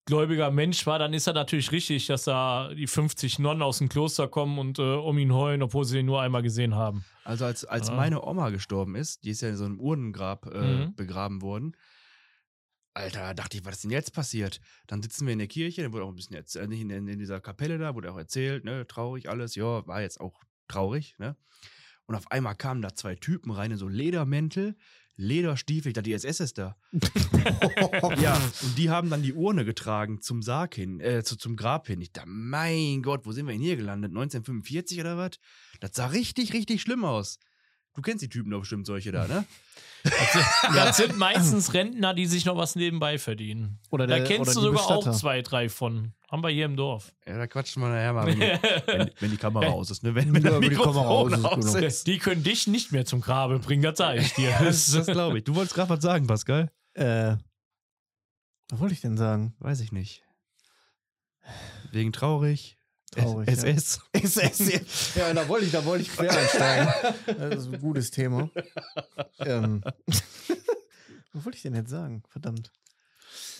C: gläubiger Mensch war, dann ist das natürlich richtig, dass da die 50 Nonnen aus dem Kloster kommen und äh, um ihn heulen, obwohl sie ihn nur einmal gesehen haben.
A: Also als, als
C: Ja.
A: meine Oma gestorben ist, die ist ja in so einem Urnengrab äh,
C: Mhm.
A: begraben worden. Alter, da dachte ich, was ist denn jetzt passiert? Dann sitzen wir in der Kirche, dann wurde auch ein bisschen erzählt, in, in, in dieser Kapelle da, wurde auch erzählt, ne, traurig alles, ja, war jetzt auch traurig, ne? Und auf einmal kamen da zwei Typen rein in so Ledermäntel, Lederstiefel, ich dachte, die SS ist da. ja, und die haben dann die Urne getragen zum Sarg hin, äh, zu, zum Grab hin. Ich dachte, mein Gott, wo sind wir denn hier gelandet? 1945 oder was? Das sah richtig, richtig schlimm aus. Du kennst die Typen doch bestimmt solche da, ne?
C: Das sind meistens Rentner, die sich noch was nebenbei verdienen.
B: Oder
C: Da
B: der-
C: kennst
B: oder
C: du
B: die
C: sogar auch
B: Bestatter.
C: zwei, drei von. Haben wir hier im Dorf.
A: Ja, da quatschen wir nachher mal, wenn die, wenn, wenn die Kamera aus ist, ne? Wenn, wenn
B: Ja,
A: das
B: wenn die Kamera aus
A: Mikrofon
B: ist,
A: aus
B: genau.
A: ist.
C: Die können dich nicht mehr zum Grabe bringen, das sage ich dir.
A: Das, das glaube ich. Du wolltest gerade was sagen, Pascal?
B: Äh, was wollte ich denn sagen?
A: Weiß ich nicht. Wegen traurig.
B: Traurig, ja.
A: SS.
B: SS. Ja, da wollte ich, da wollte ich quer einsteigen. Das ist ein gutes Thema. Ähm, was wollte ich denn jetzt sagen? Verdammt.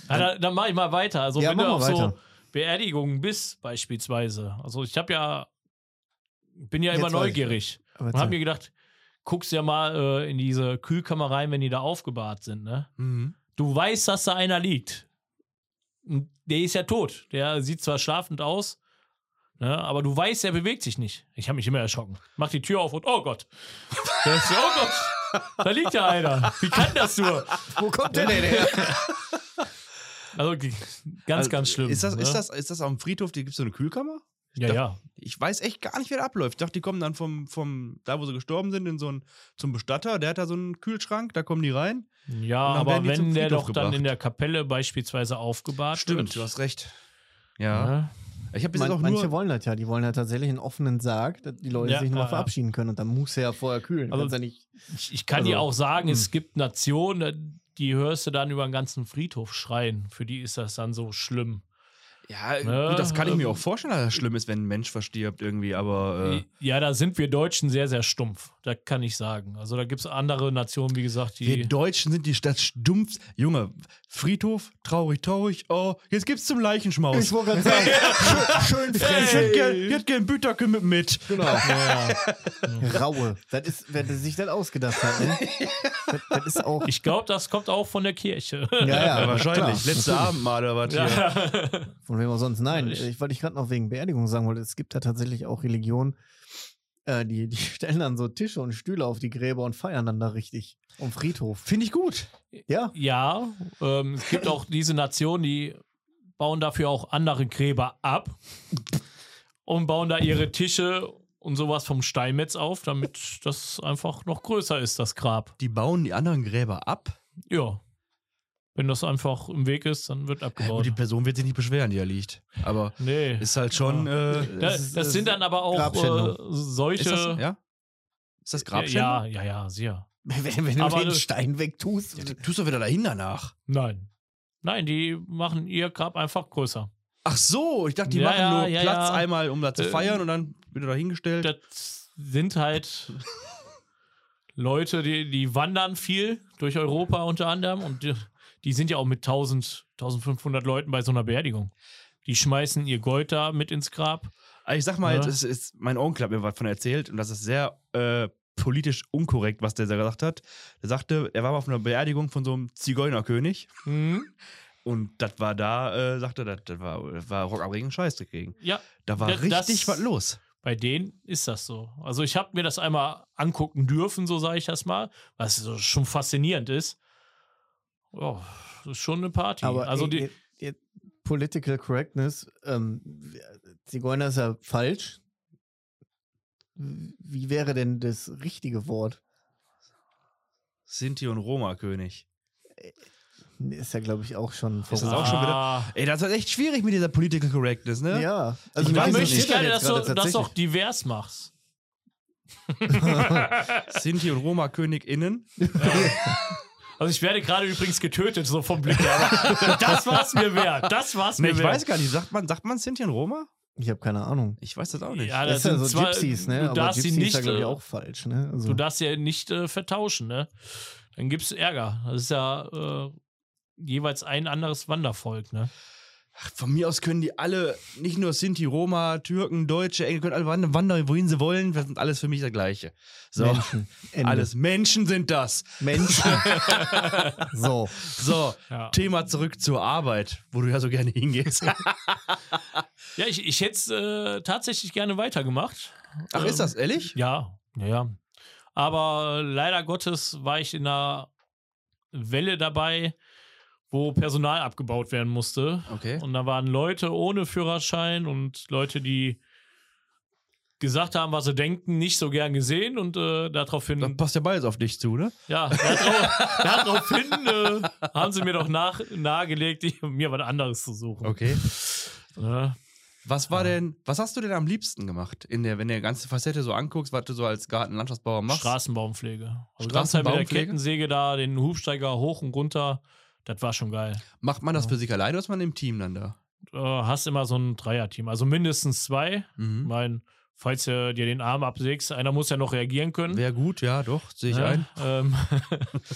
C: Ja, dann dann mache ich mal weiter. Also
B: Ja,
C: wenn du
B: mach
C: auf
B: mal
C: so
B: weiter.
C: Beerdigungen bist, beispielsweise. Also ich habe ja, bin ja
B: Jetzt
C: immer
B: weiß ich.
C: neugierig
B: Aber
C: und habe mir gedacht, guckst ja mal äh, in diese Kühlkammer rein, wenn die da aufgebahrt sind. Ne?
A: Mhm.
C: Du weißt, dass da einer liegt. Und der ist ja tot. Der sieht zwar schlafend aus, ne? aber du weißt, er bewegt sich nicht. Ich habe mich immer erschrocken. Mach die Tür auf und oh Gott. Da ist, oh Gott, da liegt ja einer. Wie kann das nur?
B: wo
A: Ah,
B: kommt der denn her?
C: Also g- ganz,
A: Also,
C: ganz schlimm.
A: Ist das,
C: ne?
A: ist, das, ist das auf dem Friedhof? Gibt es so eine Kühlkammer?
C: Ja,
A: dachte-
C: ja.
A: Ich weiß echt gar nicht, wer da abläuft. Ich dachte, die kommen dann vom, vom da, wo sie gestorben sind, in so einen, zum Bestatter. Der hat da so einen Kühlschrank, da kommen die rein.
C: Ja,
A: Und dann werden
C: aber
A: die zum
C: wenn der
A: Friedhof
C: doch dann
A: gebracht.
C: in der Kapelle beispielsweise aufgebahrt wird.
A: du hast recht. Ja.
C: ne?
A: Ich habe bis jetzt
B: Man,
A: auch
B: manche
A: nur.
B: wollen das ja. Die wollen ja tatsächlich einen offenen Sarg, dass die Leute
C: Ja,
B: sich nochmal
C: ja, ja.
B: verabschieden können. Und dann muss er ja vorher kühlen.
C: Also-
B: Kannst ja nicht.
C: Ich, ich kann
B: Also,
C: dir auch sagen,
B: hm.
C: es gibt Nationen, äh, die hörst du dann über den ganzen Friedhof schreien. Für die ist das dann so schlimm.
A: Ja,
C: Ne?
A: gut, das kann ich mir auch vorstellen, dass das schlimm ist, wenn ein Mensch verstirbt irgendwie, aber. Äh,
C: Ja, da sind wir Deutschen sehr, sehr stumpf. Da kann ich sagen. Also da gibt es andere Nationen, wie gesagt,
A: wir
C: die.
A: Deutschen sind die Stadt stumpf. Junge, Friedhof, traurig, traurig. Oh, jetzt gibt's zum Leichenschmaus.
B: Ich wollte gerade sagen, schön, schön
A: Ich
B: frisch.
A: hätte gern, ich hätt gern Bütterke mit mit.
B: Genau.
C: Ja,
B: Raue. Das ist, wer das sich das ausgedacht hat, ne? Das, das ist auch.
C: ich glaube, das kommt auch von der Kirche.
B: Ja, ja,
A: Ja, wahrscheinlich.
B: klar.
A: Letzte Abendmahl oder was? hier.
C: Ja.
B: Wo Von wem auch sonst. Nein,
C: Ja,
B: ich,
C: ich-
B: wollte ich gerade noch wegen Beerdigung sagen, weil es gibt da tatsächlich auch Religionen, äh, die, die stellen dann so Tische und Stühle auf die Gräber und feiern dann da richtig. Um Friedhof.
A: Finde ich gut.
B: Ja.
C: Ja, ähm, es gibt auch diese Nationen, die bauen dafür auch andere Gräber ab und bauen da ihre Tische und sowas vom Steinmetz auf, damit das einfach noch größer ist, das Grab.
A: Die bauen die anderen Gräber ab.
C: Ja. Wenn das einfach im Weg ist, dann wird
A: Ja, gut,
C: abgebaut.
A: die Person wird sich nicht beschweren, die da liegt. Aber
C: Nee.
A: ist halt schon. Äh,
C: Da,
B: das
C: das,
B: ist- das
C: sind dann aber auch äh,
B: Grabschändung.
A: ist das,
C: solche.
A: ja? Ist das
C: ja,
A: Grabschändung?
C: ja, ja, sicher.
B: Wenn, wenn du
C: Aber
B: den
C: du-
B: Stein wegtust.
A: ja. Tust doch wieder dahin danach.
C: Nein. Nein, die machen ihr Grab einfach größer.
A: Ach so, ich dachte, die
C: Ja,
A: machen
C: ja,
A: nur
C: ja,
A: Platz
C: ja.
A: einmal, um da zu
C: Äh,
A: feiern und dann wieder dahingestellt.
C: das sind halt Leute, die, die wandern viel durch Europa unter anderem und die, die sind ja auch mit 1000, 1500 Leuten bei so einer Beerdigung. Die schmeißen ihr Gold da mit ins Grab.
A: Aber ich sag mal,
C: Ja.
A: das ist, mein Onkel hat mir was von erzählt und das ist sehr äh, politisch unkorrekt, was der da gesagt hat. Der sagte, er war mal auf einer Beerdigung von so einem Zigeunerkönig
C: Hm?
A: und das war da, äh, sagte er, das- das war, das war Rock am Ring und Scheißdreck gegen.
C: Ja,
A: Da war
C: Ja, das-
A: richtig was los.
C: bei denen ist das so. Also ich habe mir das einmal angucken dürfen, so sage ich das mal, was so schon faszinierend ist. Ja, das ist schon eine Party.
B: Aber
C: also
B: i-
C: die,
B: i- i- Political Correctness, ähm, Zigeuner ist ja falsch. Wie wäre denn das richtige Wort?
A: Sinti und Roma-König.
B: Ist ja, glaube ich, auch schon Also,
A: das
B: verrutscht.
A: auch schon wieder-
C: Ah.
A: Ey, das ist echt schwierig mit dieser Political Correctness, ne?
B: Ja, also
A: Ich
C: Da
A: weiß
B: mit diesem
C: möchte ich
B: Titel
C: gerne,
B: jetzt
C: dass du
B: gerade
C: das doch
B: tatsächlich.
C: divers machst.
A: Sinti und Roma-KönigInnen.
C: Also ich werde gerade übrigens getötet, so vom Blick her. Aber Das war's mir wert. Das war's
A: Ne,
C: mir
A: ich
C: wert.
A: weiß gar nicht, sagt man, sagt man Sinti und Roma?
B: Ich habe keine Ahnung.
A: Ich weiß das auch nicht.
C: Ja,
B: Das ist ja so
C: zwei-
B: Gypsies, ne?
C: Du darfst sie
B: Gypsy ist
C: nicht,
B: ja, glaube ich,
C: äh,
B: auch falsch, ne? Also,
C: du darfst sie ja nicht äh, vertauschen, ne? Dann gibt's Ärger. Das ist ja äh, jeweils ein anderes Wandervolk, ne?
A: Ach, von mir aus können die alle, nicht nur Sinti, Roma, Türken, Deutsche, Engel, können alle wandern, wandern, wohin sie wollen. Das sind alles für mich das Gleiche. So,
B: Menschen. Ende.
A: alles Menschen sind das.
B: Menschen. so.
A: So,
C: Ja.
A: Thema zurück zur Arbeit, wo du ja so gerne hingehst.
C: Ja, ich, ich hätte es äh, tatsächlich gerne weitergemacht.
A: Ach, ist das ehrlich?
C: Ja, ja, ja. Aber leider Gottes war ich in einer Welle dabei, wo Personal abgebaut werden musste.
A: Okay.
C: Und da waren Leute ohne Führerschein und Leute, die gesagt haben, was sie denken, nicht so gern gesehen und äh,
A: Dann
C: daraufhin,
A: passt ja beides auf dich zu, ne?
C: ja, darauf, daraufhin äh, haben sie mir doch nach, nahegelegt, ich, mir was anderes zu suchen.
A: Okay.
C: Ja.
A: Was war denn, was hast du denn am liebsten gemacht? In der, wenn du die ganze Facette so anguckst, was du so als Gartenlandschaftsbauer machst?
C: Straßenbaumpflege. Also ganz halt mit der
A: Straßenbaumpflege?
C: Kettensäge da, den Hubsteiger hoch und runter, das war schon geil.
A: Macht man das für sich alleine oder ist man im Team dann da?
C: äh, hast immer so ein Dreierteam. Also mindestens zwei. Ich
A: Mhm.
C: mein, falls du dir den Arm absägst, einer muss ja noch reagieren können.
A: Wäre gut, ja, doch, sehe ich
C: Ne?
A: ein.
C: Ähm,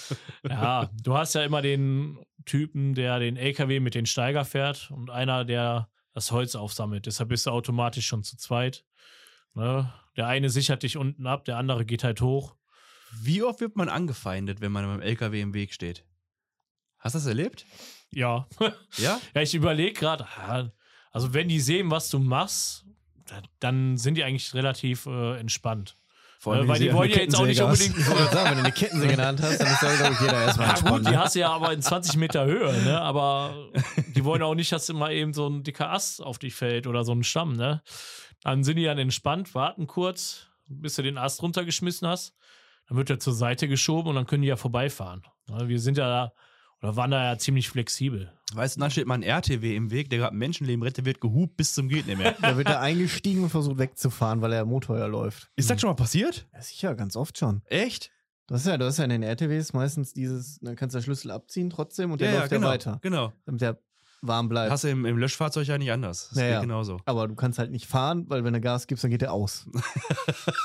C: ja, du hast ja immer den Typen, der den LKW mit den Steiger fährt und einer, der das Holz aufsammelt. Deshalb bist du automatisch schon zu zweit. Ne? Der eine sichert dich unten ab, der andere geht halt hoch.
A: Wie oft wird man angefeindet, wenn man beim LKW im Weg steht? Hast du das erlebt?
C: Ja.
A: Ja?
C: Ja, ich überlege gerade, ah, also wenn die sehen, was du machst, da, dann sind die eigentlich relativ äh, entspannt.
A: Vor
C: Äh, weil die wollen ja jetzt auch nicht unbedingt.
B: Ich wollte sagen, wenn du eine Kettensäge in der Hand hast, dann ist da, glaube ich, jeder erstmal
C: Ja, gut,
B: entspannt.
C: die
B: ne?
C: hast du ja aber in 20 Meter Höhe, ne? Aber die wollen auch nicht, dass immer eben so ein dicker Ast auf dich fällt oder so ein Stamm, ne? Dann sind die dann entspannt, warten kurz, bis du den Ast runtergeschmissen hast. Dann wird er zur Seite geschoben und dann können die ja vorbeifahren. Ne, Wir sind ja da oder waren da ja ziemlich flexibel.
A: Weißt du, dann steht mal ein RTW im Weg, der gerade ein Menschenleben rettet, wird gehupt bis zum geht nicht mehr.
B: Da wird er eingestiegen und versucht wegzufahren, weil der Motor ja läuft.
A: Ist das schon mal passiert?
B: Ja, sicher, ganz oft schon.
A: Echt?
B: Du hast ja, du hast ja in den RTWs meistens dieses, dann kannst du den Schlüssel abziehen trotzdem und der läuft
A: genau.
B: ja weiter,
A: Genau.
B: damit der warm bleibt.
A: Hast du im, im Löschfahrzeug ja nicht anders. Das
B: Ja,
A: geht
B: ja.
A: genauso.
B: Aber du kannst halt nicht fahren, weil wenn du Gas gibst, dann geht der aus.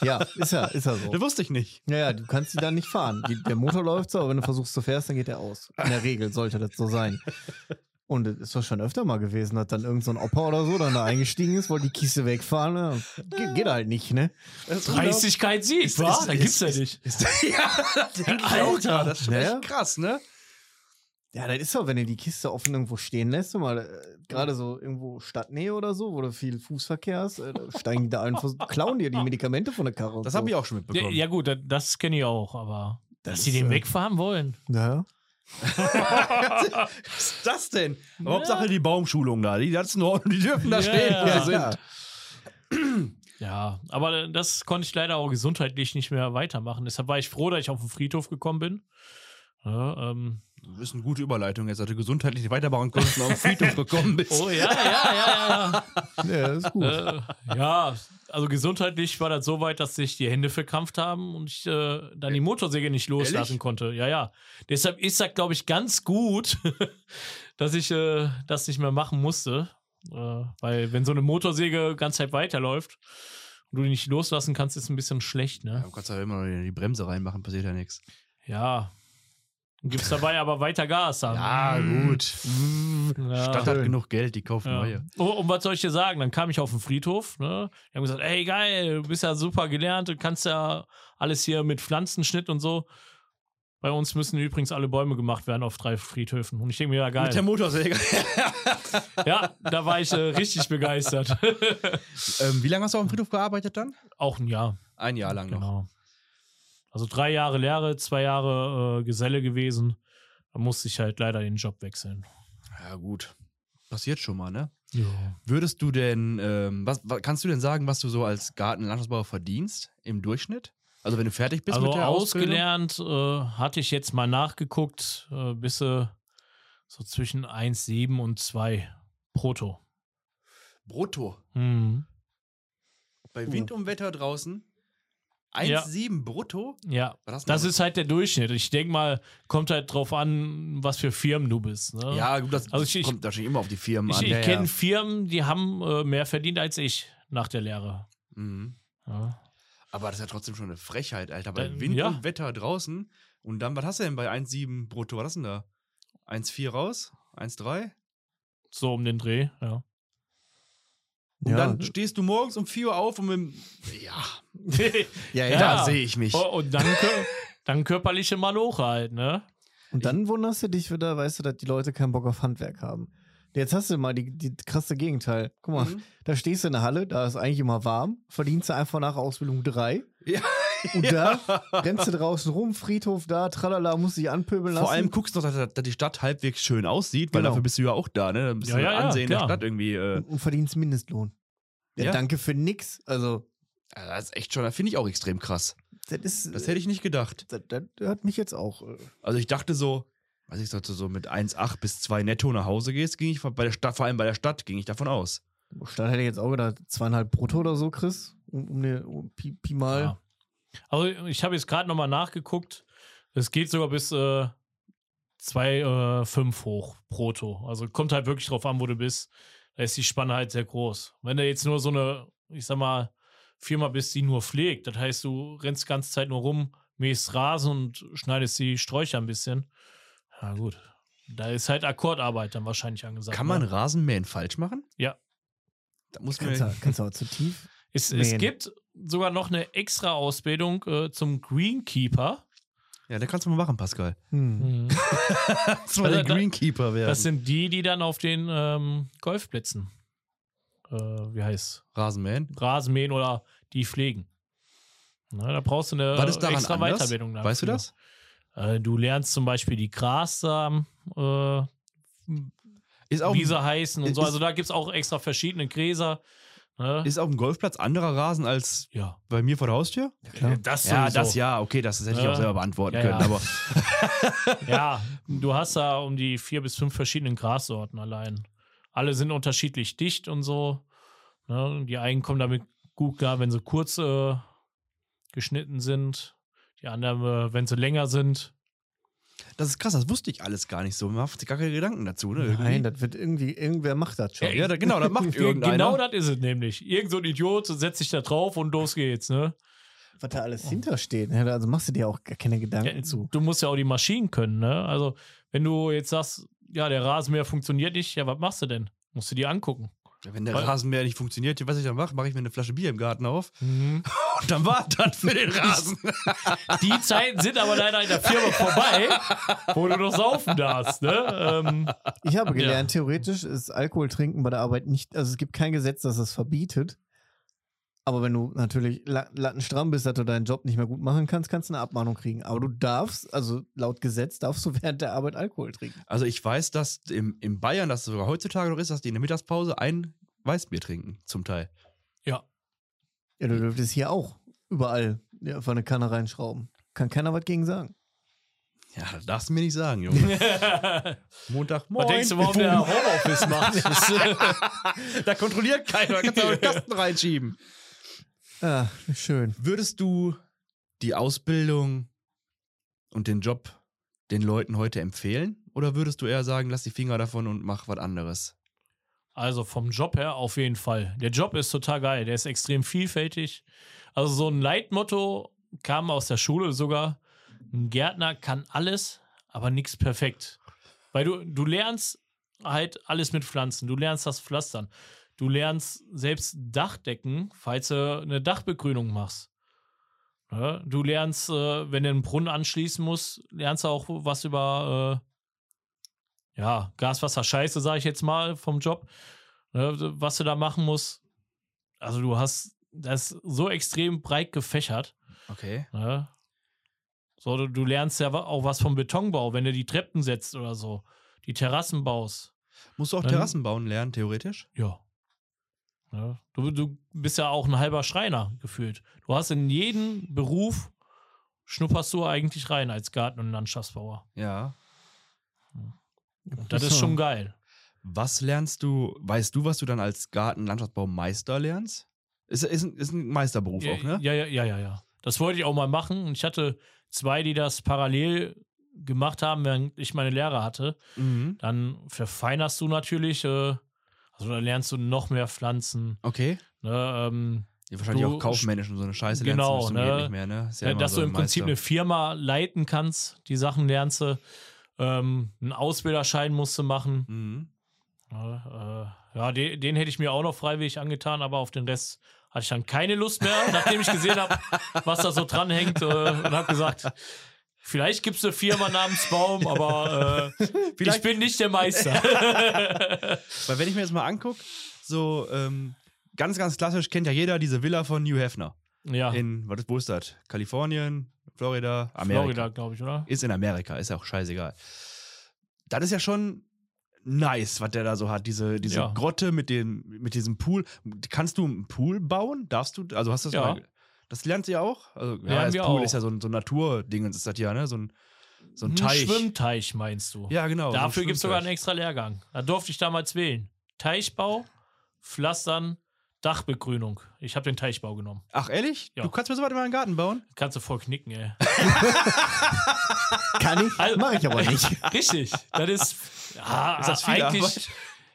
B: ja, ist ja, ist ja so.
A: Das wusste ich nicht.
B: Ja, ja, du kannst die dann nicht fahren. Die, der Motor läuft so, aber wenn du versuchst zu fährst, dann geht der aus. In der Regel sollte das so sein. Und es ist doch schon öfter mal gewesen, dass dann irgendein so ein Opa oder so dann da eingestiegen ist, wollte die Kiste wegfahren. Ne? Geht, geht halt nicht, ne?
C: Dreistigkeit siegt, wa? Da gibt's ja
A: ist-
C: nicht.
A: Ist, ja, das denk ich
C: Alter.
A: auch gerade. Das ist schon
B: Ja, ja.
A: echt krass, ne?
B: Ja, das ist doch, wenn du die Kiste offen irgendwo stehen lässt, mal äh, gerade so irgendwo Stadtnähe oder so, wo du viel Fußverkehr hast, äh, da steigen die da einfach, klauen dir die Medikamente von der Karre. und
A: Das
B: so.
A: habe ich auch schon
C: Ja,
A: mitbekommen.
C: ja gut, das, das kenne ich auch, aber
B: Das
C: dass sie
B: ist,
C: den
B: äh,
C: wegfahren wollen.
B: Ja.
A: Was ist das denn? Ne? Aber
C: Ja.
A: Hauptsache die Baumschulung da. Die, ganzen Ordnung, die dürfen da
C: Ja,
A: stehen, wo
C: ja.
A: sie sind.
C: Ja, aber das konnte ich leider auch gesundheitlich nicht mehr weitermachen. Deshalb war ich froh, dass ich auf den Friedhof gekommen bin. Ja, ähm.
A: Das ist eine gute Überleitung. Jetzt hatte gesundheitliche Weiterbauungskosten auf den Friedhof gekommen bist.
C: Oh ja, ja, ja, ja. ja.
B: Ja, ist gut.
C: äh, ja, also gesundheitlich war das so weit, dass sich die Hände verkrampft haben und ich äh, dann die Motorsäge nicht loslassen
A: Ehrlich?
C: konnte. Ja, ja. Deshalb ist das, glaube ich, ganz gut, dass ich äh, das nicht mehr machen musste. Äh, weil, wenn so eine Motorsäge ganz halt weiterläuft und du die nicht loslassen kannst, ist ein bisschen schlecht,
A: Ja,
C: ne?
A: du kannst ja immer noch in die Bremse reinmachen, passiert ja nichts.
C: Ja. Gibst dabei aber weiter Gas haben.
A: Ja, gut.
C: Ja.
A: Stadt hat genug Geld, die kauft
C: Ja.
A: neue.
C: Oh, und was soll ich dir sagen? Dann kam ich auf den Friedhof. Ne? Die haben gesagt: Ey, geil, du bist ja super gelernt, du kannst ja alles hier mit Pflanzenschnitt und so. Bei uns müssen übrigens alle Bäume gemacht werden auf drei Friedhöfen. Und ich denke mir, ja,
A: Mit der
C: geil.
A: Motorsäge.
C: Ja, da war ich äh, richtig begeistert.
A: ähm, wie lange hast du auf dem Friedhof gearbeitet dann?
C: Auch ein Jahr,
A: Ein Jahr lang noch.
C: genau. Also drei Jahre Lehre, zwei Jahre äh, Geselle gewesen. Da musste ich halt leider den Job wechseln.
A: Ja, gut. Passiert schon mal, ne?
C: Ja.
A: Würdest du denn, ähm, was, was kannst du denn sagen, was du so als Garten- und Landschaftsbauer verdienst im Durchschnitt? Also wenn du fertig bist
C: also
A: mit der Ausbildung?
C: ausgelernt äh, hatte ich jetzt mal nachgeguckt, äh, bis äh, so zwischen 1,7 und 2 brutto.
A: Brutto. Mhm.
C: Hm.
A: Bei Wind und Wetter draußen 1,7 brutto?
C: Ja,
A: War denn
C: das
A: mal-
C: ist halt der Durchschnitt. Ich denke mal, kommt halt drauf an, was für Firmen du bist. Ne?
A: Ja, gut, das
C: Also ich- ich-
A: kommt natürlich immer auf die Firmen
C: ich
A: an.
C: ich
A: ja,
C: kenne
A: ja.
C: Firmen, die haben äh, mehr verdient als ich nach der Lehre.
A: Mhm.
C: Ja.
A: Aber das ist ja trotzdem schon eine Frechheit, Alter. Bei
C: Dann-
A: Wind
C: ja.
A: und Wetter draußen. Und dann, was hast du denn bei 1,7 brutto? Was ist denn da? 1,4 raus? 1,3?
C: So um den Dreh. Ja.
A: Und
B: Ja.
A: dann stehst du morgens um 4 Uhr auf und mit dem. Ja,
B: ja,
C: Ja.
A: da sehe ich mich.
C: Oh, und dann, kö- dann körperliche Maloche halt, ne?
B: Und dann wunderst du dich wieder, weißt du, dass die Leute keinen Bock auf Handwerk haben. Jetzt hast du mal die, die krasse Gegenteil. Guck mal,
A: Mhm.
B: da stehst du in der Halle, da ist eigentlich immer warm, verdienst du einfach nach Ausbildung drei.
A: Ja.
B: Und da rennst du draußen rum, Friedhof da, tralala, musst dich anpöbeln lassen.
A: Vor allem guckst du noch, dass, dass die Stadt halbwegs schön aussieht, weil
B: Genau.
A: dafür bist du ja auch da, ne? Ein bisschen
C: Ja, ja, ja,
A: Ansehen der
C: klar.
A: Stadt irgendwie. Äh,
B: und, und verdienst Mindestlohn. Ja,
A: Ja.
B: danke für nix. Also,
A: also das ist echt schon, das finde ich auch extrem krass.
B: das ist.
A: Das hätte ich nicht gedacht.
B: das, das hat mich jetzt auch. äh,
A: Also ich dachte so, weiß ich, dass du so mit 1,8 bis 2 netto nach Hause gehst, ging ich von- bei der Stadt, vor allem bei der Stadt, ging ich davon aus.
B: Statt hätte ich jetzt auch gedacht, zweieinhalb brutto oder so, Chris. Um, um, eine, um Pi, Pi mal.
C: Ja. Also ich habe jetzt gerade nochmal nachgeguckt. Es geht sogar bis 2,5 äh, fünf hoch, brutto. Also kommt halt wirklich drauf an, wo du bist. Da ist die Spanne halt sehr groß. Wenn du jetzt nur so eine, ich sag mal, Firma bist, die nur pflegt, das heißt, du rennst die ganze Zeit nur rum, mähst Rasen und schneidest die Sträucher ein bisschen. Ja, gut. Da ist halt Akkordarbeit dann wahrscheinlich angesagt.
A: Kann man
C: ne?
A: Rasenmähen falsch machen?
C: Ja.
A: Da muss man.
B: Kannst, du, kannst du aber zu tief.
C: Es, es
B: mähen?
C: gibt sogar noch eine extra Ausbildung äh, zum Greenkeeper.
A: Ja, da kannst du mal machen, Pascal.
B: Hm.
A: Kannst du mal der
C: Also, da-
A: Greenkeeper werden.
C: Das sind die, die dann auf den ähm, Golfplätzen, äh, wie heißt
A: Rasenmähen.
C: Rasenmähen oder die pflegen. Na, da brauchst du eine
A: War das daran
C: Äh, extra
A: anders?
C: Weiterbildung.
A: Weißt du das?
C: Äh, du lernst zum Beispiel die Grassamen, äh,
A: Ist auf,
C: wie
A: dem,
C: sie heißen und so.
A: ist-
C: Also da gibt es auch extra verschiedene Gräser. Ne?
A: ist auf dem Golfplatz anderer Rasen als
C: ja. Äh,
A: bei mir vor der Haustür?
B: klar.
C: das
A: Ja,
C: sowieso.
A: das ja, okay, das hätte ich
C: Ja.
A: auch selber beantworten
C: Ja,
A: können.
C: ja.
A: Aber
C: Ja, du hast da um die vier bis fünf verschiedenen Grassorten allein. Alle sind unterschiedlich dicht und so. Ne? Die einen kommen damit gut klar, wenn sie kurz äh, geschnitten sind. Die anderen, äh, wenn sie länger sind.
A: das ist krass, das wusste ich alles gar nicht so. Man macht sich gar keine Gedanken dazu, ne? irgendwie.
B: Nein, das wird irgendwie. Irgendwer macht das schon.
A: ja, da, genau, das macht irgendeiner.
C: Genau das ist es nämlich. Irgend so ein Idiot setzt sich da drauf und los geht's. Ne?
B: was da alles hintersteht. ne? Also machst du dir auch gar keine Gedanken
C: Ja,
B: zu.
C: Du musst ja auch die Maschinen können. Ne? Also, wenn du jetzt sagst, ja, der Rasenmäher funktioniert nicht, ja, was machst du denn? Musst du dir angucken.
A: Ja, Wenn der
C: Weil-
A: Rasenmäher nicht funktioniert, was ich dann mache, mache ich mir eine Flasche Bier im Garten auf dann war das für den Rasen.
C: Die Zeiten sind aber leider in der Firma vorbei, wo du noch saufen darfst. Ne? Ähm,
B: Ich habe gelernt, theoretisch ist Alkohol trinken bei der Arbeit nicht, also es gibt kein Gesetz, das es verbietet. Aber wenn du natürlich la- lattenstramm bist, dass du deinen Job nicht mehr gut machen kannst, kannst du eine Abmahnung kriegen. Aber du darfst, also laut Gesetz, darfst du während der Arbeit Alkohol trinken.
A: Also ich weiß, dass im, in Bayern das sogar heutzutage noch ist, dass die in der Mittagspause ein Weißbier trinken, zum Teil.
B: Ja, du dürftest hier auch überall dir einfach eine Kanne reinschrauben. Kann keiner was gegen sagen.
A: Ja, das darfst du mir nicht sagen, Junge.
C: was
A: Montag,
C: denkst du, warum der Homeoffice macht? Das, äh,
A: Da kontrolliert keiner, kannst du aber den Kasten reinschieben.
B: Ah, schön.
A: Würdest du die Ausbildung und den Job den Leuten heute empfehlen? Oder würdest du eher sagen, lass die Finger davon und mach was anderes?
C: Also vom Job her auf jeden Fall. Der Job ist total geil. Der ist extrem vielfältig. Also so ein Leitmotto kam aus der Schule sogar. Ein Gärtner kann alles, aber nichts perfekt. Weil du, du lernst halt alles mit Pflanzen. Du lernst das Pflastern. Du lernst selbst Dachdecken, falls du eine Dachbegrünung machst. Ja, Du lernst, äh, wenn du einen Brunnen anschließen musst, lernst du auch was über äh, ja, Gas, Wasser, Scheiße, sage ich jetzt mal vom Job ne, was du da machen musst. Also du hast das so extrem breit gefächert.
A: Okay.
C: Ne? So, du, du lernst ja wa- auch was vom Betonbau, wenn du die Treppen setzt oder so, die Terrassen baust.
A: Musst du auch
C: Dann-
A: Terrassen bauen lernen, theoretisch?
C: Ja. Ne? Du, du bist ja auch ein halber Schreiner gefühlt. Du hast in jeden Beruf schnupperst du eigentlich rein als Garten- und Landschaftsbauer.
A: Ja.
C: Und das ist schon geil.
A: Was lernst du, weißt du, was du dann als Garten-Landschaftsbaumeister lernst? Ist, ist, ein- ist ein Meisterberuf auch, ne?
C: Ja, ja, ja, ja, ja. Das wollte ich auch mal machen. Und ich hatte zwei, die das parallel gemacht haben, während ich meine Lehre hatte.
A: Mhm.
C: Dann verfeinerst du natürlich, äh, also dann lernst du noch mehr Pflanzen.
A: Okay.
C: Ne, ähm,
A: Ja, wahrscheinlich
C: Du-
A: auch kaufmännisch und so eine Scheiße lernst
C: Genau,
A: du bis zum
C: ne?
A: Geht nicht mehr, ne? Ist
C: ne,
A: immer
C: dass
A: so
C: du im
A: ein
C: Prinzip eine
A: Meister-
C: Firma leiten kannst, die Sachen lernst du. Ähm, einen Ausbilderschein musst du machen.
A: Mhm.
C: Ja, äh, ja den, den hätte ich mir auch noch freiwillig angetan, aber auf den Rest hatte ich dann keine Lust mehr, nachdem ich gesehen habe, was da so dranhängt äh, und habe gesagt, vielleicht gibt es eine Firma namens Baum, aber äh, ich bin nicht der Meister.
A: Weil wenn ich mir jetzt mal angucke, so ähm, ganz, ganz klassisch kennt ja jeder diese Villa von New Hefner.
C: ja,
A: In, was ist, wo ist das? Kalifornien, Florida, Amerika.
C: Florida, glaube ich, oder?
A: Ist in Amerika, ist ja auch scheißegal. Das ist ja schon nice, was der da so hat. Diese, diese
C: Ja.
A: Grotte mit, dem, mit diesem Pool. Kannst du einen Pool bauen? Darfst du, also hast du das
C: Ja.
A: mal, das lernt ihr auch? Also, ja,
C: Lernen
A: das
C: wir
A: Pool
C: auch.
A: ist ja so ein, so ein Naturdingens, ist das ja, ne? So ein, so ein
C: Ein
A: Teich.
C: Hm, Schwimmteich meinst du?
A: Ja, genau. so ein
C: Dafür gibt es sogar einen
A: Schwimmteich.
C: extra Lehrgang. Da durfte ich damals wählen. Teichbau, Pflastern, Dachbegrünung. Ich habe den Teichbau genommen.
A: Ach, ehrlich?
C: Ja.
A: Du kannst mir so weit in meinen Garten bauen?
C: Kannst du voll knicken, ey.
B: Kann ich?
C: Also-
B: Mache ich aber nicht.
C: Richtig. Das ist, ja,
A: Ist das viel
C: eigentlich.
A: Arbeit?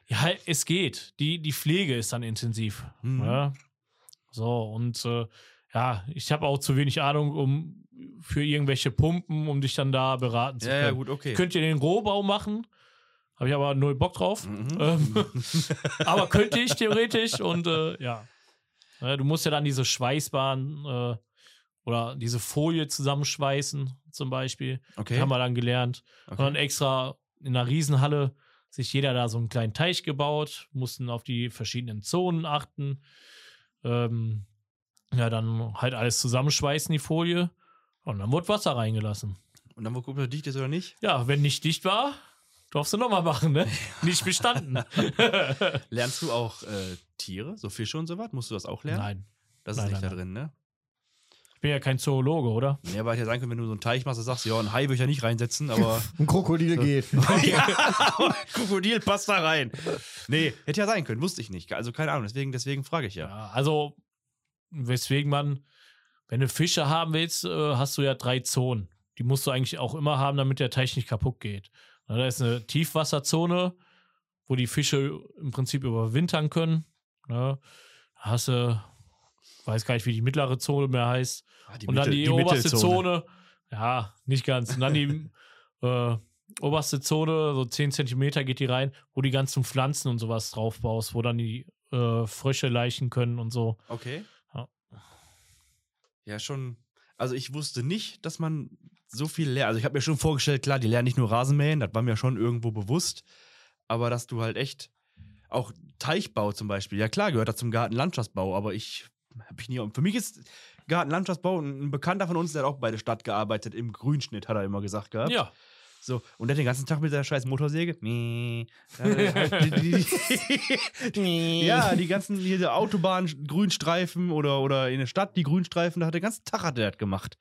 C: Ja, es geht. Die, die Pflege ist dann intensiv.
A: Mhm.
C: Ja. So, und äh, ja, ich habe auch zu wenig Ahnung, um für irgendwelche Pumpen, um dich dann da beraten zu
A: Ja,
C: können.
A: ja, gut, okay.
C: Könnt ihr den Rohbau machen? Habe ich aber null Bock drauf.
A: Mhm.
C: Ähm, aber könnte ich theoretisch und äh, ja. Ne, Du musst ja dann diese Schweißbahn äh, oder diese Folie zusammenschweißen, zum Beispiel.
A: Okay.
C: Haben wir dann gelernt.
A: okay.
C: Und dann extra in einer Riesenhalle sich jeder da so einen kleinen Teich gebaut, mussten auf die verschiedenen Zonen achten. Ähm, ja, dann halt alles zusammenschweißen, die Folie. Und dann wurde Wasser reingelassen.
A: Und dann, wo guckt er dicht ist oder nicht,
C: Ja, wenn nicht dicht war, darfst du nochmal machen, ne? Nicht bestanden.
A: lernst du auch äh, Tiere, so Fische und sowas? Musst du das auch lernen?
C: Nein,
A: Das
C: Nein,
A: ist nicht
C: nein,
A: da drin, ne?
C: ich bin ja kein Zoologe, oder?
A: Ja, weil ich ja sagen können, wenn du so einen Teich machst, dann sagst du, ja, ein Hai würde ich ja nicht reinsetzen, aber
B: Ein Krokodil geht.
A: Krokodil passt da rein. Nee, hätte ja sein können, wusste ich nicht. Also keine Ahnung, deswegen, deswegen frage ich ja.
C: Ja, also, weswegen man, wenn du Fische haben willst, äh, hast du ja drei Zonen. Die musst du eigentlich auch immer haben, damit der Teich nicht kaputt geht. Na, Da ist eine Tiefwasserzone, wo die Fische im Prinzip überwintern können. Ne? Da hast du, weiß gar nicht, wie die mittlere Zone mehr heißt.
A: Ah, die
C: und dann
A: Mittel-
C: die, oberste
A: Mittelzone.
C: Zone. Ja, nicht ganz. Und dann die äh, oberste Zone, so 10 Zentimeter geht die rein, wo die ganzen Pflanzen und sowas drauf baust, wo dann die äh, Frösche laichen können und so.
A: Okay.
C: Ja.
A: Ja, schon. Also ich wusste nicht, dass man so viel lernt. Also ich habe mir schon vorgestellt, klar, die lernen nicht nur Rasenmähen, das war mir schon irgendwo bewusst. Aber dass du halt echt auch Teichbau zum Beispiel, ja klar, gehört das zum Gartenlandschaftsbau, aber ich habe ich nie. Für mich ist Gartenlandschaftsbau ein ein Bekannter von uns, der hat auch bei der Stadt gearbeitet, im Grünschnitt, hat er immer gesagt gehabt.
C: Ja.
A: So, und der den ganzen Tag mit der scheiß Motorsäge. Nee. halt die, die, die, ja, die ganzen diese Autobahn Grünstreifen oder, oder in der Stadt die Grünstreifen, da hat der ganzen Tag hat er das gemacht.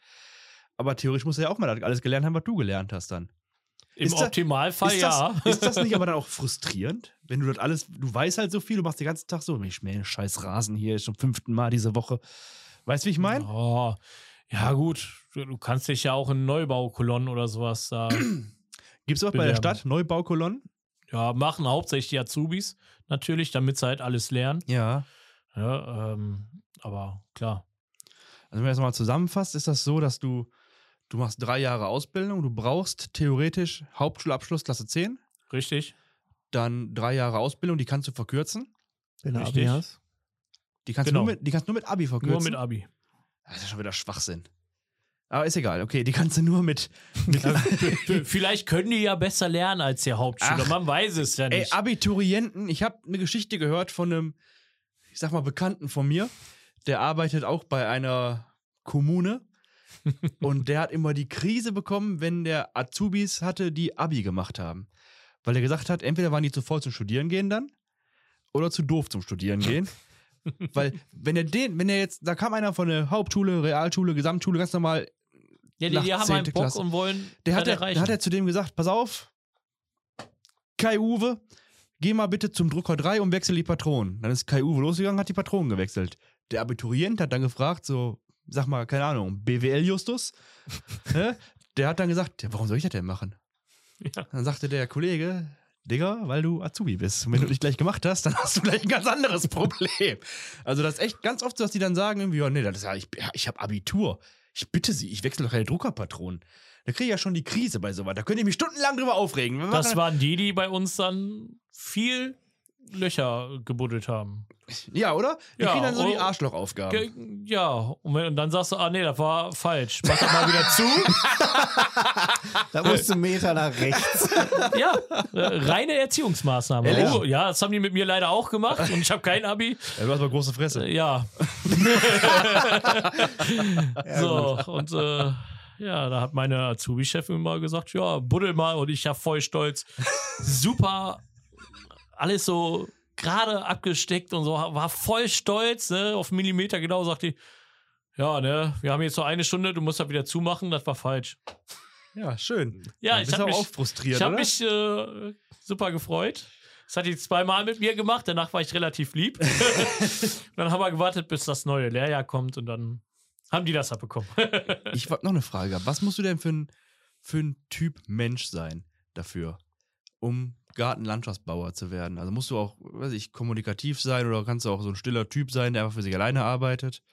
A: Aber theoretisch muss er ja auch mal das alles gelernt haben, was du gelernt hast dann.
C: Im
A: Ist das-
C: Optimalfall
A: ist,
C: ja.
A: das, ist das nicht aber dann auch frustrierend, wenn du das alles, du weißt halt so viel, du machst den ganzen Tag so, ich mähe scheiß Rasen hier zum fünften Mal diese Woche. Weißt du, wie ich meine?
C: Oh, ja, gut. Du- Du kannst dich ja auch in Neubaukolonnen oder sowas da
A: Gibt es auch bei der
C: Bewerben.
A: Stadt Neubaukolonnen?
C: ja, machen, hauptsächlich die Azubis natürlich, damit sie halt alles lernen.
A: Ja.
C: Ja, ähm, aber klar.
A: Also wenn man das mal zusammenfasst, ist das so, dass du, du machst drei Jahre Ausbildung, du brauchst theoretisch Hauptschulabschluss Klasse 10,
C: Richtig?
A: dann drei Jahre Ausbildung, die kannst du verkürzen.
B: Wenn du Abi
C: Richtig.
B: hast.
A: Die kannst,
C: Genau.
A: nur, mit, die kannst nur mit Abi verkürzen. Ah,
C: Nur mit Abi.
A: das ist schon wieder Schwachsinn. Aber ist egal, okay, die kannst du nur mit. mit
C: V- Vielleicht können die ja besser lernen als der Hauptschüler.
A: Ach.
C: Man weiß es ja
A: Ey,
C: nicht.
A: Abiturienten, ich habe eine Geschichte gehört von einem, ich sag mal, Bekannten von mir, der arbeitet auch bei einer Kommune und der hat immer die Krise bekommen, wenn der Azubis hatte, die Abi gemacht haben. Weil er gesagt hat, entweder waren die zu voll zum Studieren gehen dann oder zu doof zum Studieren gehen. Weil, wenn er den, wenn er jetzt, da kam einer von der Hauptschule, Realschule, Gesamtschule, ganz normal,
C: ja, die,
A: nach
C: die haben
A: 10.
C: einen Bock
A: Klasse.
C: und wollen
A: der hat,
C: das
A: der,
C: erreichen.
A: der hat ja zu dem gesagt, pass auf, Kai Uwe, geh mal bitte zum Drucker 3 und wechsel die Patronen. Dann ist Kai Uwe losgegangen, hat die Patronen gewechselt. Der Abiturient hat dann gefragt, so, sag mal, keine Ahnung, BWL Justus. Hä? der hat dann gesagt, ja, warum soll ich das denn machen?
C: Ja.
A: Dann sagte der Kollege, Digga, weil du Azubi bist. Und wenn du dich gleich gemacht hast, dann hast du gleich ein ganz anderes Problem. Also das ist echt ganz oft so, dass die dann sagen, irgendwie, ja, nee, das ist ja, ich, ja, ich habe Abitur. Ich bitte Sie, ich wechsle doch keine Druckerpatronen. Da kriege ich ja schon die Krise bei sowas. Da könnt ihr mich stundenlang drüber aufregen. Wir
C: Das
A: machen-
C: waren die, die bei uns dann viel Löcher gebuddelt haben.
A: ja, oder? Die
C: Ja,
A: kriegen dann so die
C: oh.
A: Arschlochaufgaben.
C: Ge ja, und, wenn, und dann sagst du, ah nee, das war falsch. Mach das mal wieder zu.
B: Da musst du einen Meter nach rechts.
C: ja, äh, reine Erziehungsmaßnahme.
A: Ehrlich?
C: Oh, ja, das haben die mit mir leider auch gemacht und ich habe kein Abi.
A: Ja, du hast mal große Fresse.
C: Äh, Ja. so, und äh, ja, da hat meine Azubi-Chefin mal gesagt, ja, buddel mal und ich ja voll stolz. Super, alles so gerade abgesteckt und so, war voll stolz, ne, auf einen Millimeter genau, sagte die, ja, ne, wir haben jetzt so eine Stunde, du musst das wieder zumachen, das war falsch.
A: Ja, schön.
C: Ja,
A: Dann
C: ich
A: bist
C: hab
A: du
C: mich-
A: auch frustriert,
C: Ich habe
A: oder?
C: mich äh, super gefreut. Das hat die zweimal mit mir gemacht. Danach war ich relativ lieb. dann haben wir gewartet, bis das neue Lehrjahr kommt und dann haben die das abbekommen.
A: Ich habe noch eine Frage. gehabt. Was musst du denn für ein, für ein Typ Mensch sein dafür, um Gartenlandschaftsbauer zu werden? Also musst du auch, weiß ich, kommunikativ sein oder kannst du auch so ein stiller Typ sein, der einfach für sich alleine arbeitet?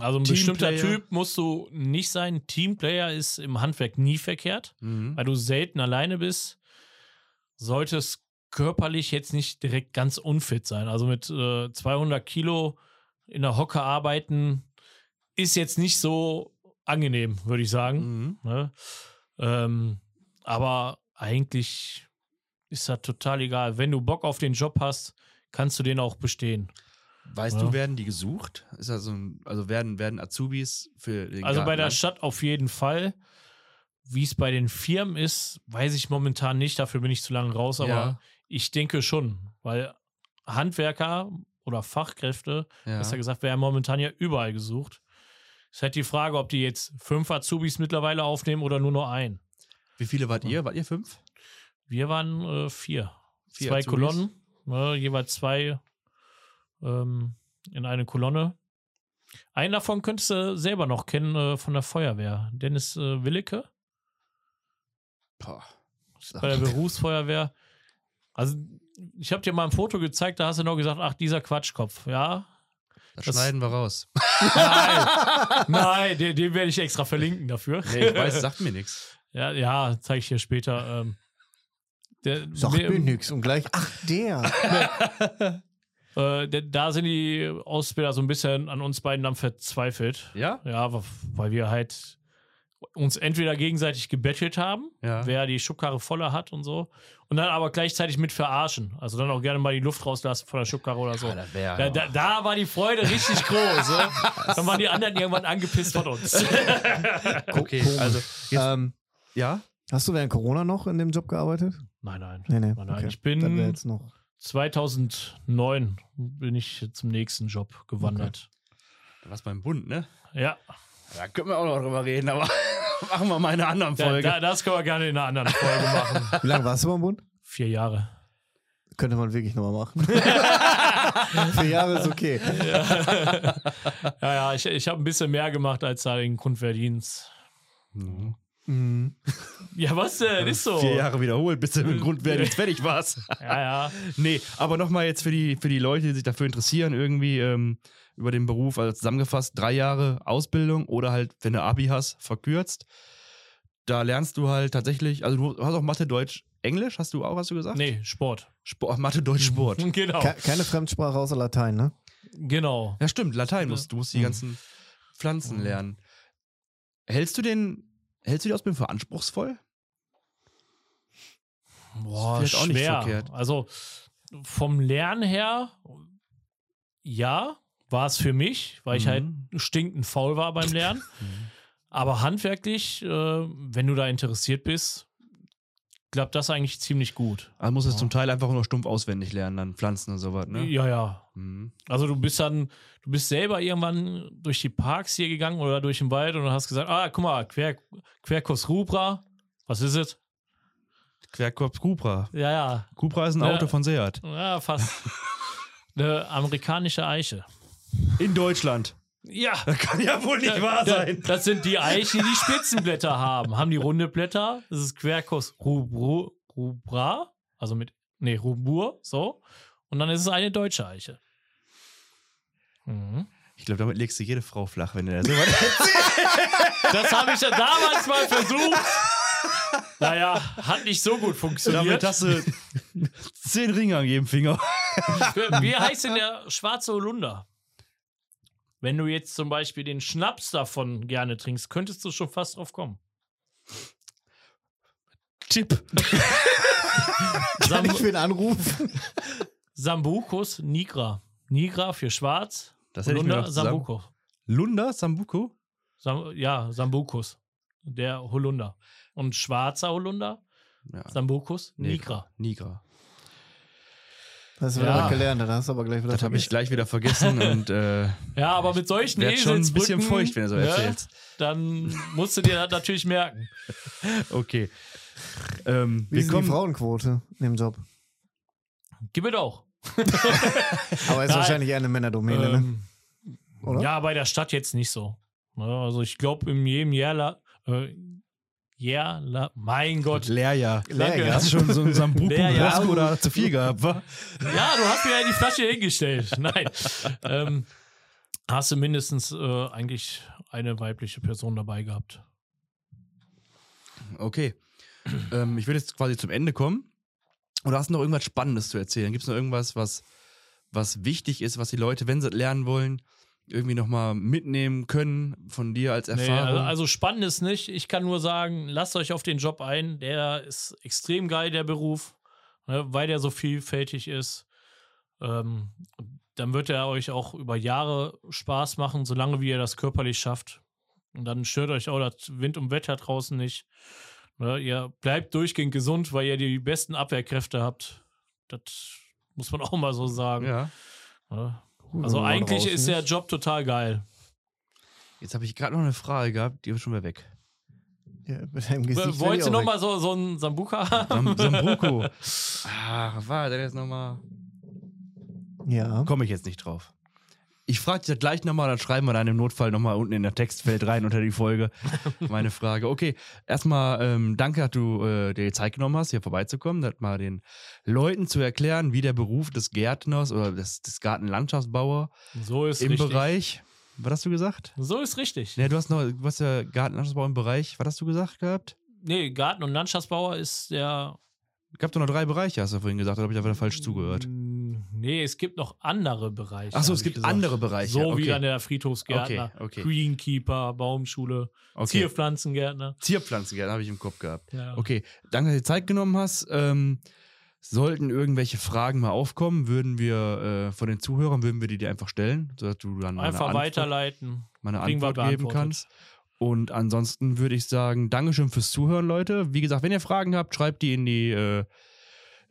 C: Also
A: Teamplayer.
C: ein bestimmter Typ musst du nicht sein. Teamplayer ist im Handwerk nie verkehrt,
A: Mhm.
C: weil du selten alleine bist. Solltest körperlich jetzt nicht direkt ganz unfit sein. Also mit äh, 200 Kilo in der Hocke arbeiten ist jetzt nicht so angenehm, würde ich sagen.
A: Mhm.
C: Ne? Ähm, aber eigentlich ist das total egal. Wenn du Bock auf den Job hast, kannst du den auch bestehen.
A: Weißt
C: Ja.
A: du, werden die gesucht? Ist also, ein, also werden, werden Azubis für den
C: Also bei der
A: Gartenland-
C: Stadt auf jeden Fall. Wie es bei den Firmen ist, weiß ich momentan nicht. Dafür bin ich zu lange raus. Aber
A: Ja.
C: ich denke schon, weil Handwerker oder Fachkräfte,
A: ja.
C: besser gesagt, werden momentan ja überall gesucht. Es ist halt die Frage, ob die jetzt fünf Azubis mittlerweile aufnehmen oder nur nur einen.
A: Wie viele wart ihr? Wart ihr fünf?
C: Wir waren äh, vier.
A: Vier
C: zwei
A: Azubis.
C: Kolonnen, ne, jeweils zwei ähm, in eine Kolonne. Einen davon könntest du selber noch kennen äh, von der Feuerwehr. Dennis äh, Willicke
A: Boah.
C: ist bei der Berufsfeuerwehr. Also, ich habe dir mal ein Foto gezeigt, da hast du noch gesagt, ach, dieser Quatschkopf. Ja,
A: Das,
C: Das-
A: schneiden wir raus.
C: nein, nein den, den werde ich extra verlinken dafür.
A: Nee, ich weiß, sagt mir nichts.
C: Ja, ja zeige ich dir später. Ähm, der,
B: Sagt
C: mir-
B: mir nix. Und gleich, ach, der.
C: Äh, da- da sind die Ausbilder so ein bisschen an uns beiden dann verzweifelt.
A: Ja?
C: Ja, wa- weil wir halt uns entweder gegenseitig gebettelt haben,
A: Ja.
C: wer die Schubkarre voller hat und so. Und dann aber gleichzeitig mit verarschen. Also dann auch gerne mal die Luft rauslassen von der Schubkarre oder so.
A: Alter, wer-
C: Da, da, da war die Freude richtig groß. ne? Dann waren die anderen irgendwann angepisst von uns.
A: Okay,
B: Komisch.
A: also jetzt,
B: Ähm,
A: ja,
B: hast du während Corona noch in dem Job gearbeitet?
C: Nein, nein.
B: Nee, nee.
C: Oh Nein, nein,
B: okay.
C: ich
B: Dann wäre
C: bin
B: jetzt noch.
C: 2009 bin ich zum nächsten Job gewandert.
A: was beim Bund, ne?
C: Ja,
A: Da können wir auch noch drüber reden, aber machen wir mal in einer anderen
C: da,
A: Folge.
C: da, das können wir gerne in einer anderen Folge machen.
B: Wie lange warst du beim Bund?
C: Vier Jahre.
B: Könnte man wirklich nochmal machen. Vier Jahre ist okay.
C: Genau. Ja, ja, ich, ich habe ein bisschen mehr gemacht als da den Grundverdienst.
A: Mhm.
B: Mhm.
C: Ja, was denn? Ist so. Mhm.
A: Vier Jahre wiederholt, bis du im Grundwehrdienst fertig warst.
C: Ja, ja.
A: Nee, aber nochmal jetzt für die, für die Leute, die sich dafür interessieren, irgendwie ähm, über den Beruf, also zusammengefasst, drei Jahre Ausbildung oder halt, wenn du Abi hast, verkürzt. Da lernst du halt tatsächlich, also du hast auch Mathe, Deutsch, Englisch, hast du auch, hast du gesagt?
C: Nee, Sport.
A: Sport, Mathe, Deutsch, Sport.
C: Genau.
B: Ke keine Fremdsprache außer Latein, ne?
C: Genau.
A: Ja, stimmt, Latein musst du, musst die
B: Mhm.
A: ganzen
C: Mhm.
A: Pflanzen lernen. Hältst du den, hältst du die Ausbildung für anspruchsvoll?
C: Boah,
A: Ist vielleicht auch nicht
C: schwer.
A: verkehrt.
C: Also vom Lernen her, ja, war es für mich, weil ich
A: Mhm.
C: halt stinkend faul war beim Lernen. Aber handwerklich, äh, wenn du da interessiert bist, klappt das eigentlich ziemlich gut.
A: Also musst du es
C: Ja.
A: zum Teil einfach nur stumpf auswendig lernen, dann Pflanzen und sowas, ne?
C: Ja, ja.
A: Mhm.
C: Also du bist dann, du bist selber irgendwann durch die Parks hier gegangen oder durch den Wald und hast gesagt, ah, guck mal, Quer, Querkurs Rubra, was ist es?
A: Querkorb Cupra.
C: Ja, ja,
A: Cupra ist ein
C: Ja.
A: Auto von Seat.
C: ja fast. Eine amerikanische Eiche.
A: In Deutschland.
C: Ja,
A: Das kann ja wohl nicht wahr
C: Äh, Da-
A: sein.
C: Das sind die Eichen, die Spitzenblätter haben. Haben die runde Blätter. Das ist Quercus rubru, rubra, also mit, nee, rubur, so. Und dann ist es eine deutsche Eiche. Mhm.
A: Ich glaube, damit legst du jede Frau flach, wenn du da sowas.
C: Das habe ich ja damals mal versucht. Naja, hat nicht so gut
A: damit
C: funktioniert.
A: hast du zehn Ringe an jedem Finger.
C: Wie heißt denn der schwarze Holunder? Wenn du jetzt zum Beispiel den Schnaps davon gerne trinkst, könntest du schon fast drauf kommen.
A: Tipp.
B: Kann
C: Sam
B: ich für den Anruf?
C: Sambucus nigra. Nigra für schwarz.
A: Das hätte ich mir
C: Holunder
A: doch zusammen.
C: Sambuco.
A: Lunda, Sambuco?
C: Sam ja, Sambucus. Der Holunder. Und schwarzer Holunder,
A: Ja.
C: Sambucus nigra.
A: Nigra. Nigra.
B: Das hast du wieder
C: Ja.
B: was gelernt, das hast du aber gleich wieder
A: Das habe ich gleich
B: vergessen.
A: wieder vergessen und äh,
C: Ja, aber mit solchen
A: werd schon ein bisschen
C: Eselsbrücken,
A: feucht, wenn du so
C: ne,
A: erzählst.
C: Dann musst du dir das natürlich merken.
A: Okay. Ähm,
B: Wie
A: wir
B: ist denn die
A: kommen.
B: Frauenquote in dem Job?
C: Gib es auch.
B: Aber ist
C: Nein.
B: wahrscheinlich eher eine Männerdomäne, ne?
C: Ähm,
B: Oder?
C: Ja, bei der Stadt jetzt nicht so. Ne, Also ich glaube, in jedem Jahr, la- äh, Jahr, la- mein Gott,
A: Lehrjahr.
C: Also
B: Lehrjahr.
A: Hast du schon so ein Sambuco
C: Lehrjahr.
A: Brasco oder zu viel gehabt, wa?
C: Ja, du hast mir ja die Flasche hingestellt. Nein. Ähm, hast du mindestens äh, eigentlich eine weibliche Person dabei gehabt?
A: Okay. ähm, ich würde jetzt quasi zum Ende kommen. Oder hast du noch irgendwas Spannendes zu erzählen? Gibt es noch irgendwas, was, was wichtig ist, was die Leute, wenn sie es lernen wollen, irgendwie nochmal mitnehmen können von dir als
C: Nee,
A: Erfahrung?
C: also, also spannend ist nicht. Ich kann nur sagen, lasst euch auf den Job ein. Der ist extrem geil, der Beruf, ne, weil der so vielfältig ist. Ähm, dann wird er euch auch über Jahre Spaß machen, solange wie ihr das körperlich schafft. Und dann stört euch auch das Wind und Wetter draußen nicht. Ne, ihr bleibt durchgehend gesund, weil ihr die besten Abwehrkräfte habt. Das muss man auch mal so sagen.
A: ja.
C: Ne? Also eigentlich ist
B: ne?
C: der Job total geil.
A: Jetzt habe ich gerade noch eine Frage gehabt, die ist schon wieder weg.
B: Ja, mit deinem Gesicht
C: Wolltest
B: werd ich
C: du
B: auch weg.
C: nochmal so, so einen Sambuka haben?
A: Sam Sambuco. Ah, war der jetzt nochmal.
C: Ne?
B: Ja.
A: Komme ich jetzt nicht drauf. Ich frage dich das gleich nochmal, dann schreiben wir dann im Notfall nochmal unten in der Textfeld rein unter die Folge. Meine Frage. Okay, erstmal ähm, danke, dass du äh, dir die Zeit genommen hast, hier vorbeizukommen, das mal den Leuten zu erklären, wie der Beruf des Gärtners oder des, des Gartenlandschaftsbauer
C: So ist
A: im
C: richtig.
A: Bereich. Was hast du gesagt?
C: So ist richtig.
A: Ne, du hast noch, du hast ja Gartenlandschaftsbauer im Bereich, was hast du gesagt gehabt?
C: Nee, Garten- und Landschaftsbauer ist der
A: Gab doch noch drei Bereiche, hast du vorhin gesagt, oder habe ich einfach falsch zugehört?
C: Mm, Nee, es gibt noch andere Bereiche.
A: Ach so,
C: hab
A: es
C: ich
A: gibt
C: gesagt.
A: andere Bereiche.
C: So
A: okay.
C: wie an der Friedhofsgärtner,
A: Okay, okay.
C: Greenkeeper, Baumschule,
A: okay.
C: Zierpflanzengärtner.
A: Zierpflanzen, ja, habe ich im Kopf gehabt.
C: Ja.
A: Okay, danke, dass du dir Zeit genommen hast. Ähm, sollten irgendwelche Fragen mal aufkommen, würden wir äh, von den Zuhörern, würden wir die dir einfach stellen, sodass du dann meine
C: Einfach
A: Antwort-
C: weiterleiten.
A: meine
C: Kriegen wir
A: Antwort geben
C: beantwortet.
A: kannst. Und ansonsten würde ich sagen, Dankeschön fürs Zuhören, Leute. Wie gesagt, wenn ihr Fragen habt, schreibt die in die. Äh,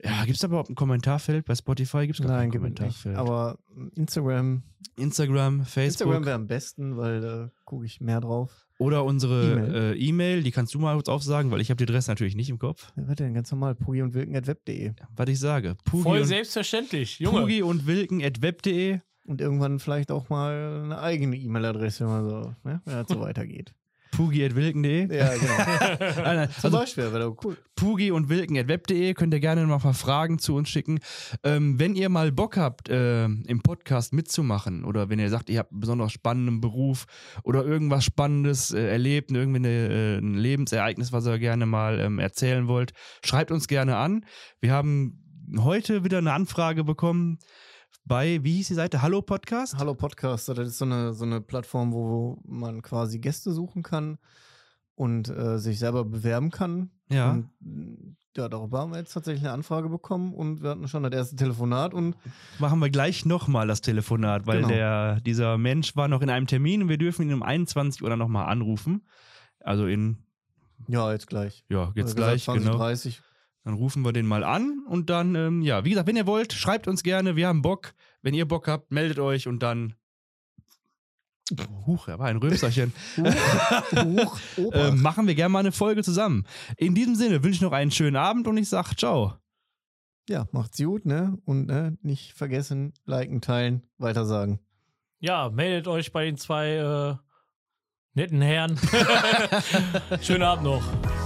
A: ja, gibt es da überhaupt ein Kommentarfeld? Bei Spotify gibt es gar
B: Nein,
A: kein
B: gibt es nicht.
A: Kommentarfeld.
B: Aber Instagram,
A: Instagram, Facebook
B: Instagram wäre am besten, weil da gucke ich mehr drauf.
A: oder unsere
B: E-Mail.
A: äh, E-Mail, die kannst du mal kurz aufsagen, weil ich habe die Adresse natürlich nicht im Kopf.
B: Ja, warte, ganz normal, pugi und wilken.web.de.
A: Was ich sage. Pugi
C: Voll
A: und-
C: selbstverständlich, Junge.
A: Pugi und Wilken at web.de.
B: Und irgendwann vielleicht auch mal eine eigene E-Mail-Adresse, wenn man so, ne? wenn das so weitergeht.
A: Pugi at wilken.de.
B: Ja, genau.
A: Nein, nein,
B: Zum
A: also
B: Beispiel, wäre doch cool.
A: Pugi und Wilken at web.de könnt ihr gerne noch mal Fragen zu uns schicken. Ähm, wenn ihr mal Bock habt, ähm, im Podcast mitzumachen oder wenn ihr sagt, ihr habt einen besonders spannenden Beruf oder irgendwas Spannendes äh, erlebt, irgendwie eine, äh, ein Lebensereignis, was ihr gerne mal ähm, erzählen wollt, schreibt uns gerne an. Wir haben heute wieder eine Anfrage bekommen bei, wie hieß die Seite? Hallo Podcast?
B: Hallo Podcaster, das ist so eine, so eine Plattform, wo man quasi Gäste suchen kann und äh, sich selber bewerben kann.
A: Ja.
B: Und, mh, ja, darüber haben wir jetzt tatsächlich eine Anfrage bekommen und wir hatten schon das erste Telefonat und
A: machen wir gleich nochmal das Telefonat, weil
B: Genau.
A: der, dieser Mensch war noch in einem Termin und wir dürfen ihn um 21 Uhr dann nochmal anrufen. Also in,
B: ja, jetzt gleich.
A: ja, jetzt
B: Oder
A: gleich,
B: gesagt, 20,
A: genau.
B: 30.
A: Dann rufen wir den mal an und dann, ähm, ja, wie gesagt, wenn ihr wollt, schreibt uns gerne, wir haben Bock. Wenn ihr Bock habt, meldet euch und dann. Huch, da war ein Röpserchen.
B: Huch, Opa.
A: ähm, machen wir gerne mal eine Folge zusammen. In diesem Sinne wünsche ich noch einen schönen Abend und ich sage ciao.
B: ja, macht's gut, ne? Und ne, nicht vergessen, liken, teilen, weitersagen.
C: Ja, meldet euch bei den zwei äh, netten Herren. Schönen Abend noch.